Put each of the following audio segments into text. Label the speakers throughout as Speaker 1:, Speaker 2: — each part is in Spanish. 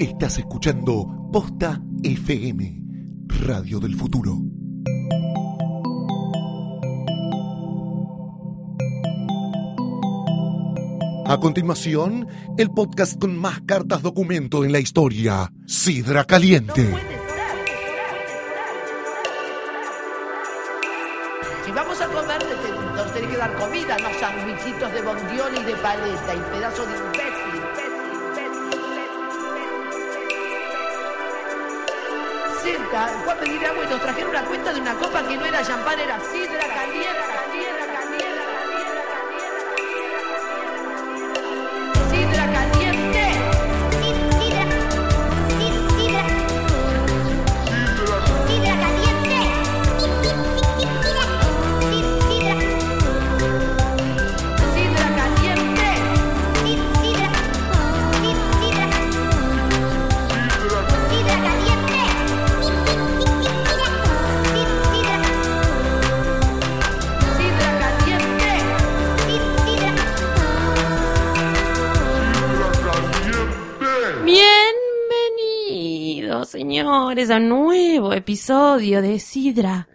Speaker 1: Estás escuchando Posta FM, Radio del Futuro. A continuación, el podcast con más cartas documento en la historia, Sidra Caliente.
Speaker 2: Si vamos a comer, te- te- nos tenés que dar comida, no sandwichitos de bondiol y de paleta y pedazo de imbécil. Senta, fue a pedir agua y nos trajeron una cuenta de una copa que no era champán, era sidra caliente, caliente, caliente, caliente, caliente. Sidra caliente. Sidra caliente. Sidra caliente.
Speaker 3: Bienvenidos, señores, a un nuevo episodio de Sidra.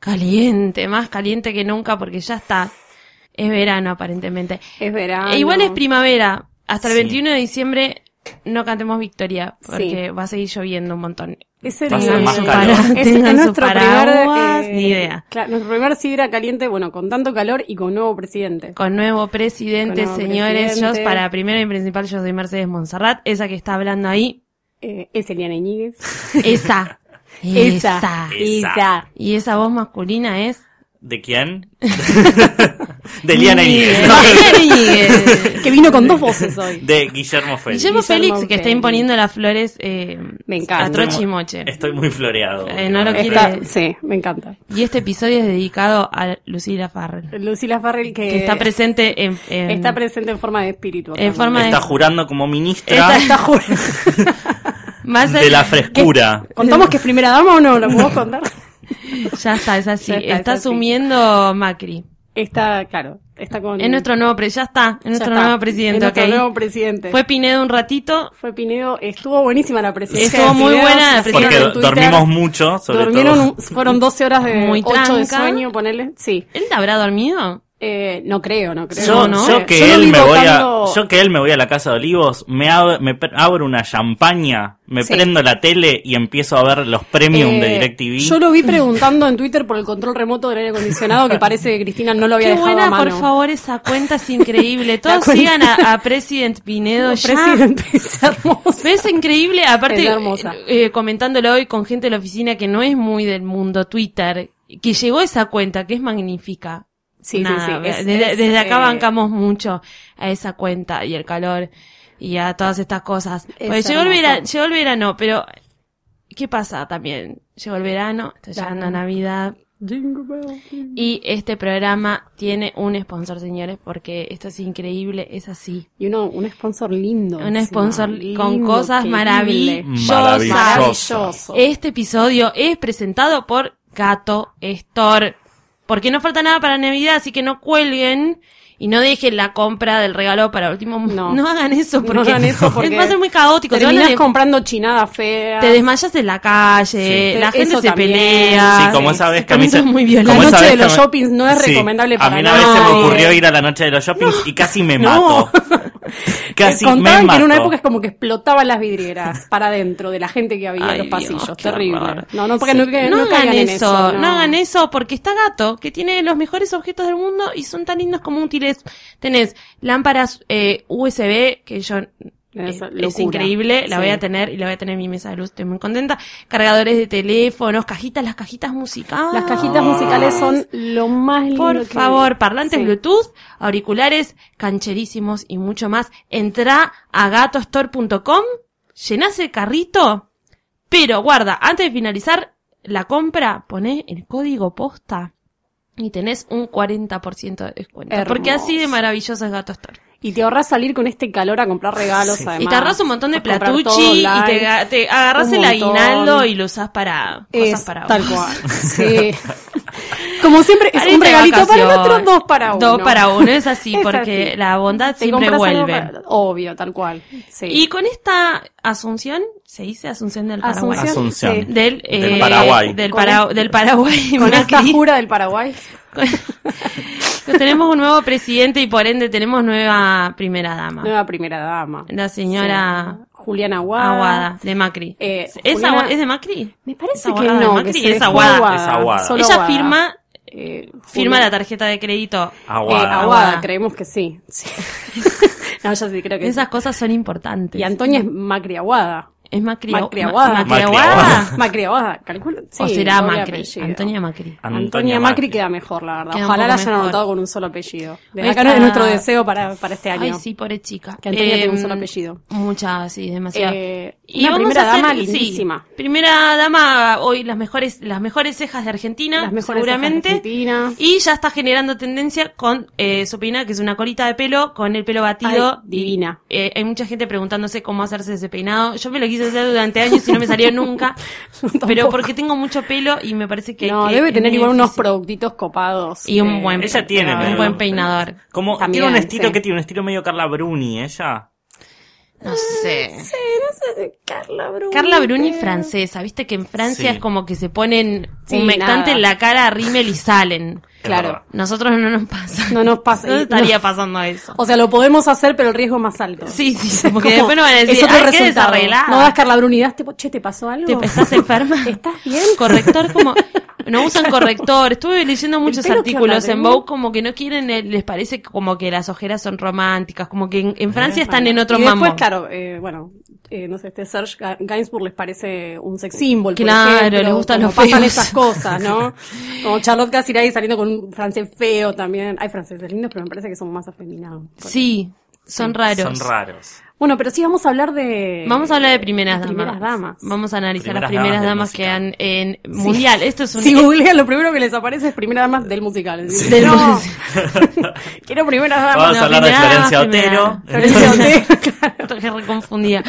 Speaker 3: Caliente, más caliente que nunca porque ya está. Es verano aparentemente.
Speaker 4: Es verano.
Speaker 3: E igual es primavera. Hasta el
Speaker 5: Sí.
Speaker 3: 21 de diciembre no cantemos victoria porque
Speaker 4: Sí.
Speaker 3: va a seguir lloviendo un montón.
Speaker 4: Es
Speaker 5: Va a ser
Speaker 4: eh,
Speaker 5: más
Speaker 4: es-
Speaker 5: calor.
Speaker 4: es
Speaker 3: Tengan su
Speaker 4: nuestro
Speaker 3: paraguas,
Speaker 4: primer, eh,
Speaker 3: ni idea.
Speaker 4: Claro, nuestro primer sidra caliente, bueno, con tanto calor y con nuevo presidente.
Speaker 3: Con nuevo presidente,
Speaker 4: Con nuevo
Speaker 3: señores. Yo,
Speaker 4: presidente.
Speaker 3: para primero y principal, yo soy Mercedes Monserrat, esa que está hablando ahí.
Speaker 4: Eh, es Eliana Iñiguez.
Speaker 3: Esa.
Speaker 4: Esa.
Speaker 3: esa.
Speaker 5: Esa.
Speaker 4: Esa.
Speaker 3: Y esa voz masculina es
Speaker 5: ¿De quién? de Liana Iñiguez.
Speaker 3: Liana Iñiguez.
Speaker 4: Que vino con dos voces hoy.
Speaker 5: De Guillermo Félix.
Speaker 3: Guillermo
Speaker 4: Guillermo
Speaker 3: Félix, que está
Speaker 4: Félix.
Speaker 3: imponiendo las flores eh,
Speaker 4: Me
Speaker 3: a
Speaker 4: encanta.
Speaker 3: Trochi y Moche.
Speaker 5: Estoy muy floreado.
Speaker 3: Eh, no lo quiero.
Speaker 4: Está- sí, me encanta.
Speaker 3: Y este episodio es dedicado a Lucila Farrell,
Speaker 4: Lucila Farrell que,
Speaker 3: que está presente en, en-
Speaker 4: Eh, está presente en forma de espíritu. acá.
Speaker 3: en forma de...
Speaker 5: Está jurando como ministra
Speaker 3: Está-
Speaker 4: Está ju-
Speaker 3: más
Speaker 5: de la frescura.
Speaker 4: ¿Contamos que es primera dama o no? ¿Lo podemos contar?
Speaker 3: Ya está, es así.
Speaker 4: Ya está,
Speaker 3: está
Speaker 4: es así.
Speaker 3: asumiendo Macri.
Speaker 4: Está, claro, está con...
Speaker 3: Es nuestro nuevo pre... Ya está, es
Speaker 4: Mm. ya
Speaker 3: nuestro
Speaker 4: está.
Speaker 3: nuevo
Speaker 4: Es
Speaker 3: presidente,
Speaker 4: nuestro
Speaker 3: ok.
Speaker 4: nuevo presidente.
Speaker 3: Fue Pinedo un ratito.
Speaker 4: Fue Pinedo, estuvo buenísima la presidencia.
Speaker 3: Estuvo
Speaker 4: de
Speaker 3: muy
Speaker 4: Pinedo,
Speaker 3: buena la
Speaker 4: se pusieron
Speaker 5: Porque
Speaker 3: presidencia.
Speaker 4: en
Speaker 5: do-
Speaker 4: Twitter,
Speaker 5: dormimos mucho, sobre
Speaker 4: Durmieron,
Speaker 5: todo.
Speaker 4: un- fueron 12 horas de
Speaker 3: Muy
Speaker 4: 8 de
Speaker 3: tranca.
Speaker 4: sueño, ponele. Sí.
Speaker 3: ¿Él te habrá dormido?
Speaker 4: Eh, no creo, no creo.
Speaker 5: Yo,
Speaker 3: No, no.
Speaker 5: yo que
Speaker 4: Yo lo
Speaker 5: él
Speaker 4: vi
Speaker 5: me voy
Speaker 4: tocando-
Speaker 5: a, yo que él me voy a la casa de olivos, me, ab- me pre- abro una champaña, me
Speaker 4: Sí.
Speaker 5: prendo la tele y empiezo a ver los premium de
Speaker 4: Eh,
Speaker 5: DirecTV.
Speaker 4: Yo lo vi preguntando en Twitter por el control remoto del aire acondicionado que parece que Cristina no lo había
Speaker 3: Qué
Speaker 4: dejado
Speaker 3: buena,
Speaker 4: a mano.
Speaker 3: por favor, esa cuenta es increíble.
Speaker 4: La
Speaker 3: Todos
Speaker 4: cuenta-
Speaker 3: sigan a, a President Pinedo
Speaker 4: No,
Speaker 3: ya.
Speaker 4: presidente, es hermoso.
Speaker 3: Es increíble, aparte
Speaker 4: Es hermosa.
Speaker 3: eh, eh, comentándolo hoy con gente de la oficina que no es muy del mundo Twitter, que llegó esa cuenta, que es magnífica.
Speaker 4: Sí,
Speaker 3: Nada,
Speaker 4: sí, sí. es-
Speaker 3: desde,
Speaker 4: es,
Speaker 3: desde acá
Speaker 4: eh,
Speaker 3: bancamos mucho a esa cuenta y el calor y a todas estas cosas.
Speaker 4: Es
Speaker 3: Porque llegó el,
Speaker 4: hermoso.
Speaker 3: verano, llegó el verano, pero ¿qué pasa también? Llegó el verano, está llegando
Speaker 4: Verano.
Speaker 3: Navidad, y este programa tiene un sponsor, señores, porque esto es increíble, es así.
Speaker 4: Y uno, un sponsor lindo.
Speaker 3: Un
Speaker 4: encima,
Speaker 3: sponsor con
Speaker 4: Oh, lindo,
Speaker 3: cosas
Speaker 4: querible.
Speaker 5: Maravilloso.
Speaker 3: maravillosas.
Speaker 4: Maravilloso.
Speaker 3: Este episodio es presentado por Gato Store. Porque no falta nada para Navidad, así que no cuelguen y no dejen la compra del regalo para último. No,
Speaker 4: No.
Speaker 3: no hagan eso porque,
Speaker 4: No hagan eso porque
Speaker 3: va a ser muy caótico. Se van a
Speaker 4: Terminás
Speaker 3: de-
Speaker 4: comprando chinadas feas.
Speaker 3: te desmayas en la calle,
Speaker 5: Sí.
Speaker 3: la
Speaker 4: Eso
Speaker 3: gente se
Speaker 4: también.
Speaker 3: pelea.
Speaker 4: Ah,
Speaker 5: Sí, como
Speaker 3: se-
Speaker 5: esa vez
Speaker 3: se
Speaker 5: que a mí
Speaker 3: comienza
Speaker 5: se-
Speaker 3: muy
Speaker 4: La
Speaker 3: violento.
Speaker 5: como esa
Speaker 4: noche
Speaker 5: vez
Speaker 4: de los
Speaker 5: que me-
Speaker 4: shoppings no es recomendable
Speaker 5: A
Speaker 4: para
Speaker 5: mí una vez se me
Speaker 4: nadie.
Speaker 5: ocurrió ir a la noche de los shoppings y casi me mato. casi me
Speaker 4: Contaban
Speaker 5: mato.
Speaker 4: que en una época es como que explotaban las vidrieras para adentro de la gente que había
Speaker 3: Ay,
Speaker 4: en los
Speaker 3: Dios,
Speaker 4: pasillos.
Speaker 3: qué
Speaker 4: Terrible.
Speaker 3: horror.
Speaker 4: No, no, porque no, que-
Speaker 3: No,
Speaker 4: no
Speaker 3: hagan
Speaker 4: caigan en
Speaker 3: eso,
Speaker 4: eso.
Speaker 3: no. hagan eso, porque está gato, que tiene los mejores objetos del mundo y son tan lindos como útiles. Tenés lámparas eh, USB, que yo eh, es,
Speaker 4: Eso, locura.
Speaker 3: increíble, la
Speaker 4: Sí.
Speaker 3: voy a tener y la voy a tener en mi mesa de luz, estoy muy contenta. Cargadores de teléfonos, cajitas, las cajitas musicales.
Speaker 4: Las cajitas musicales son lo más lindo
Speaker 3: Por
Speaker 4: que-
Speaker 3: favor, parlantes
Speaker 4: Sí.
Speaker 3: Bluetooth, auriculares, cancherísimos y mucho más. Entrá a gatostore.com, llenás el carrito, pero guarda, antes de finalizar la compra, poné el código posta y tenés un 40% de descuento.
Speaker 4: Hermoso.
Speaker 3: Porque así de maravilloso es Gato Store.
Speaker 4: Y te ahorras salir con este calor a comprar regalos,
Speaker 5: Sí.
Speaker 4: además.
Speaker 3: y te agarrás un montón de
Speaker 4: Puedes comprar todo
Speaker 3: platuchi y te,
Speaker 4: online.
Speaker 3: ga- te agarrás
Speaker 4: Un
Speaker 3: el
Speaker 4: montón.
Speaker 3: aguinaldo y lo usás para cosas
Speaker 4: Es
Speaker 3: para
Speaker 4: tal
Speaker 3: vos.
Speaker 4: cual. Sí. Como siempre, es
Speaker 3: Salís
Speaker 4: un
Speaker 3: de
Speaker 4: regalito para el otro,
Speaker 3: vacaciones.
Speaker 4: dos para uno.
Speaker 3: Dos para uno, es así,
Speaker 4: Es
Speaker 3: porque
Speaker 4: así.
Speaker 3: la bondad
Speaker 4: Te
Speaker 3: siempre
Speaker 4: compras algo
Speaker 3: vuelve.
Speaker 4: para- Obvio, tal cual. Sí.
Speaker 3: Y con esta Asunción, se dice Asunción del Paraguay.
Speaker 4: Asunción,
Speaker 5: Asunción.
Speaker 4: sí.
Speaker 3: Del,
Speaker 5: Del
Speaker 3: eh,
Speaker 5: Paraguay.
Speaker 3: Del,
Speaker 4: Con
Speaker 3: Para- del Paraguay.
Speaker 4: Con esta
Speaker 3: Macri.
Speaker 4: jura del Paraguay.
Speaker 3: tenemos un nuevo presidente y por ende tenemos nueva primera dama.
Speaker 4: Nueva primera dama.
Speaker 3: Ah. La señora
Speaker 4: Sí. Juliana Aguada.
Speaker 3: Aguada, de Macri.
Speaker 4: Eh,
Speaker 3: ¿Es,
Speaker 4: Juliana-
Speaker 3: Agua- ¿Es de Macri?
Speaker 4: Me parece
Speaker 3: ¿Es
Speaker 4: que
Speaker 3: Aguada de
Speaker 4: no,
Speaker 3: Macri?
Speaker 4: que se
Speaker 3: Es
Speaker 4: dejó
Speaker 3: Aguada.
Speaker 5: Es Aguada.
Speaker 4: solo
Speaker 3: Ella
Speaker 4: Aguada.
Speaker 3: firma,
Speaker 4: Eh,
Speaker 3: firma
Speaker 4: Juliana-
Speaker 3: la tarjeta de crédito.
Speaker 4: Eh,
Speaker 5: Aguada.
Speaker 4: Aguada,
Speaker 3: Aguada.
Speaker 4: creemos que sí. sí. no, yo sí creo que
Speaker 3: Esas cosas son importantes.
Speaker 4: Y Antonia es Macri Aguada.
Speaker 3: es Macri,
Speaker 4: Macri Aguada.
Speaker 3: Macri
Speaker 5: Macri
Speaker 3: Aguada.
Speaker 4: Macri Aguada, calculo.
Speaker 3: Ah. o
Speaker 4: sí,
Speaker 3: será
Speaker 4: doble
Speaker 3: Macri.
Speaker 4: apellido.
Speaker 3: Antonia Macri.
Speaker 4: Antonia Macri queda mejor, la verdad.
Speaker 3: Queda un
Speaker 4: Ojalá la
Speaker 3: poco
Speaker 4: hayan
Speaker 3: mejor.
Speaker 4: anotado con un solo apellido.
Speaker 3: Hoy
Speaker 4: Desde acá no
Speaker 3: está-
Speaker 4: es nuestro deseo para, para este
Speaker 3: Ay,
Speaker 4: año.
Speaker 3: sí, pobre chica.
Speaker 4: Que Antonia tiene un
Speaker 3: Eh,
Speaker 4: solo apellido.
Speaker 3: Muchas, sí, demasiado.
Speaker 4: Eh,
Speaker 3: y
Speaker 4: una
Speaker 3: vamos
Speaker 4: primera
Speaker 3: a hacer-
Speaker 4: dama
Speaker 3: sí,
Speaker 4: lindísima.
Speaker 3: primera dama hoy las mejores las mejores cejas de Argentina,
Speaker 4: Las mejores
Speaker 3: seguramente.
Speaker 4: cejas de Argentina.
Speaker 3: Y ya está generando tendencia con eh, Supina, que es una colita de pelo con el pelo batido.
Speaker 4: Ay, divina.
Speaker 3: Eh, hay mucha gente preguntándose cómo hacerse ese peinado. Yo me lo quise hacer durante años y no me salió nunca. pero
Speaker 4: tampoco.
Speaker 3: porque tengo mucho pelo y me parece que.
Speaker 4: No,
Speaker 3: que
Speaker 4: debe
Speaker 3: es
Speaker 4: tener
Speaker 3: muy
Speaker 4: igual unos
Speaker 3: difícil.
Speaker 4: productitos copados.
Speaker 3: Y un
Speaker 4: Eh,
Speaker 3: buen.
Speaker 5: Ella tiene
Speaker 3: un
Speaker 5: medio-
Speaker 3: buen peinador.
Speaker 5: Como
Speaker 4: También,
Speaker 5: tiene un estilo
Speaker 4: sí.
Speaker 5: que tiene un estilo medio Carla Bruni, ella.
Speaker 3: No sé.
Speaker 4: Carla Bruni.
Speaker 3: Carla Bruni francesa, viste que en Francia
Speaker 5: Sí.
Speaker 3: es como que se ponen
Speaker 4: Sí,
Speaker 3: humectante
Speaker 4: nada.
Speaker 3: en la cara, rímel y salen.
Speaker 4: Claro.
Speaker 3: Nosotros no nos pasa.
Speaker 4: No nos pasa.
Speaker 3: No estaría
Speaker 4: No.
Speaker 3: pasando eso.
Speaker 4: O sea, lo podemos hacer, pero el riesgo es más alto.
Speaker 3: Sí, sí, como que
Speaker 4: Como,
Speaker 3: después nos van a decir,
Speaker 4: es otro
Speaker 3: "Ay, qué
Speaker 4: resultado.
Speaker 3: desarreglada".
Speaker 4: No das Carla Bruni, das tipo, che, ¿te pasó algo?
Speaker 3: ¿Te estás enferma?
Speaker 4: ¿Estás bien?
Speaker 3: Corrector como no usan corrector. Estuve leyendo muchos
Speaker 4: pelo que
Speaker 3: artículos
Speaker 4: habla de
Speaker 3: en
Speaker 4: mí.
Speaker 3: Vogue como que no quieren, el- les parece como que las ojeras son románticas, como que en, en Francia están en otro
Speaker 4: Ah, y después,
Speaker 3: mambo.
Speaker 4: claro, eh, bueno, eh, no sé, este Serge Ga- Gainsbourg les parece un sex symbol, por
Speaker 3: Claro,
Speaker 4: ejemplo,
Speaker 3: les gustan
Speaker 4: como
Speaker 3: los
Speaker 4: pasan
Speaker 3: feos.
Speaker 4: esas cosas, ¿no? Como Charlotte Casiraghi saliendo con un francés feo también. Hay franceses lindos, pero me parece que son más afeminados.
Speaker 3: Sí, son raros.
Speaker 5: Son raros.
Speaker 4: Bueno, pero sí vamos a hablar de...
Speaker 3: Vamos a hablar de primeras damas.
Speaker 4: primeras damas.
Speaker 3: Vamos a analizar
Speaker 5: Primeras
Speaker 3: las primeras damas,
Speaker 5: damas
Speaker 3: que
Speaker 5: del
Speaker 3: han en mundial. Esto es un
Speaker 4: Si googlean, lo primero que les aparece es primeras damas del musical.
Speaker 3: Del
Speaker 4: No.
Speaker 3: musical.
Speaker 4: Quiero primeras damas.
Speaker 5: Vamos a hablar de
Speaker 3: primera,
Speaker 5: Florencia
Speaker 3: primera.
Speaker 5: Otero.
Speaker 4: Florencia Otero, claro.
Speaker 3: Estoy reconfundida.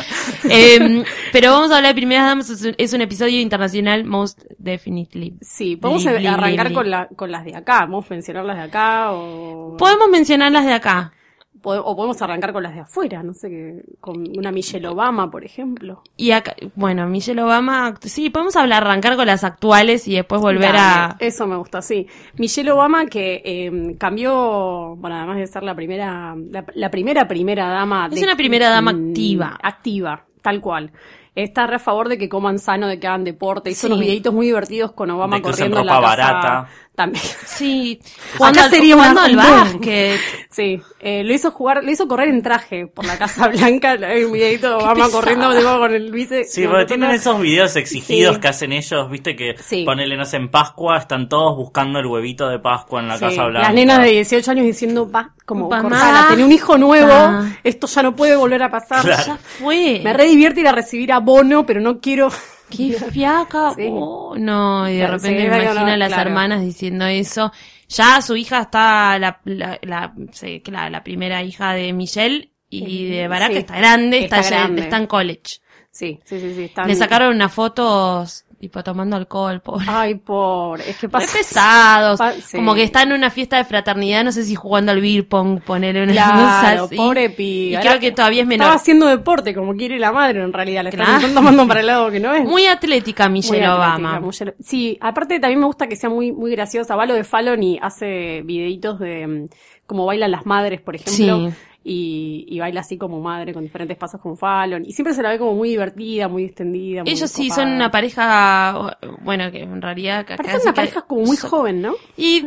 Speaker 3: Eh, pero vamos a hablar de primeras damas. Es un, es un episodio internacional, most definitely.
Speaker 4: Sí, podemos
Speaker 3: Li, li,
Speaker 4: arrancar
Speaker 3: li, li.
Speaker 4: con, la, con las de acá. Vamos a mencionar las de acá o...
Speaker 3: Podemos mencionar las de acá.
Speaker 4: Pod- O podemos arrancar con las de afuera, no sé, que- con una Michelle Obama, por ejemplo.
Speaker 3: Y acá, bueno, Michelle Obama, act- sí, podemos hablar, arrancar con las actuales y después volver a...
Speaker 4: Dale, Eso me gusta, sí. Michelle Obama que eh, cambió, bueno, además de ser la primera, la, la primera primera dama.
Speaker 3: Es
Speaker 4: de-
Speaker 3: una primera dama
Speaker 4: mm,
Speaker 3: activa.
Speaker 4: Activa, tal cual. Está re a favor de que coman sano, de que hagan deporte. Hizo
Speaker 3: Sí.
Speaker 4: unos videitos muy divertidos con Obama
Speaker 5: De que usen
Speaker 4: corriendo en la
Speaker 5: ropa
Speaker 4: casa.
Speaker 5: barata.
Speaker 4: También.
Speaker 3: Sí,
Speaker 4: Acá sería una-
Speaker 3: jugando al
Speaker 4: un
Speaker 3: bar,
Speaker 4: boom.
Speaker 3: que
Speaker 4: Sí, eh, lo hizo jugar, lo hizo correr en traje por la Casa Blanca, hay un videito de Obama
Speaker 3: pesado.
Speaker 4: corriendo tipo, con el vice.
Speaker 5: Sí,
Speaker 4: no,
Speaker 5: porque
Speaker 4: no,
Speaker 5: tienen
Speaker 4: no.
Speaker 5: esos videos exigidos
Speaker 4: Sí.
Speaker 5: que hacen ellos, viste que
Speaker 4: Sí.
Speaker 5: ponele, no sé, en Pascua están todos buscando el huevito de Pascua en la
Speaker 4: Sí,
Speaker 5: Casa Blanca.
Speaker 4: Las nenas de 18 años diciendo, va, como
Speaker 3: Mamá.
Speaker 4: cortala, tener un hijo nuevo,
Speaker 3: Ah.
Speaker 4: esto ya no puede volver a pasar.
Speaker 5: Claro.
Speaker 4: Ya-
Speaker 3: ya fue.
Speaker 4: Me re divierte ir a recibir abono, pero no quiero.
Speaker 3: Qué fiaca.
Speaker 4: Sí.
Speaker 3: oh, no, y de
Speaker 4: Claro,
Speaker 3: repente
Speaker 4: sí,
Speaker 3: me
Speaker 4: no,
Speaker 3: imagino
Speaker 4: no,
Speaker 3: a las
Speaker 4: claro.
Speaker 3: hermanas diciendo eso. Ya su hija está, la, la, la, sí, claro, la primera hija de Michelle y de Barack
Speaker 4: Sí.
Speaker 3: está grande, está,
Speaker 4: Está
Speaker 3: ya-
Speaker 4: grande.
Speaker 3: está en college.
Speaker 4: Sí, sí, sí, sí. están-
Speaker 3: Le sacaron unas fotos, tipo, tomando alcohol, pobre.
Speaker 4: Ay, pobre, es que
Speaker 3: Re
Speaker 4: pasa.
Speaker 3: pesados,
Speaker 4: pa- sí.
Speaker 3: como que está en una fiesta de fraternidad, no sé si jugando al beer pong, ponerle una
Speaker 4: Claro,
Speaker 3: cosa así.
Speaker 4: pobre piba.
Speaker 3: Y creo
Speaker 4: Era-
Speaker 3: que todavía es menor.
Speaker 4: Estaba haciendo deporte, como quiere la madre en realidad. La
Speaker 3: Claro.
Speaker 4: están están tomando para el lado que no es.
Speaker 3: Muy atlética Michelle
Speaker 4: Muy atlética,
Speaker 3: Obama.
Speaker 4: muy lleno- Sí, aparte también me gusta que sea muy, muy graciosa. Va lo de Fallon y hace videitos de mm, cómo bailan las madres, por ejemplo.
Speaker 3: Sí.
Speaker 4: Y, y baila así como madre, con diferentes pasos con Fallon. Y siempre se la ve como muy divertida, muy distendida. muy
Speaker 3: Ellos sí
Speaker 4: copada.
Speaker 3: son una pareja, bueno, que en realidad... ca-
Speaker 4: Parecen
Speaker 3: casi
Speaker 4: una
Speaker 3: que-
Speaker 4: pareja como muy joven, ¿no?
Speaker 3: Y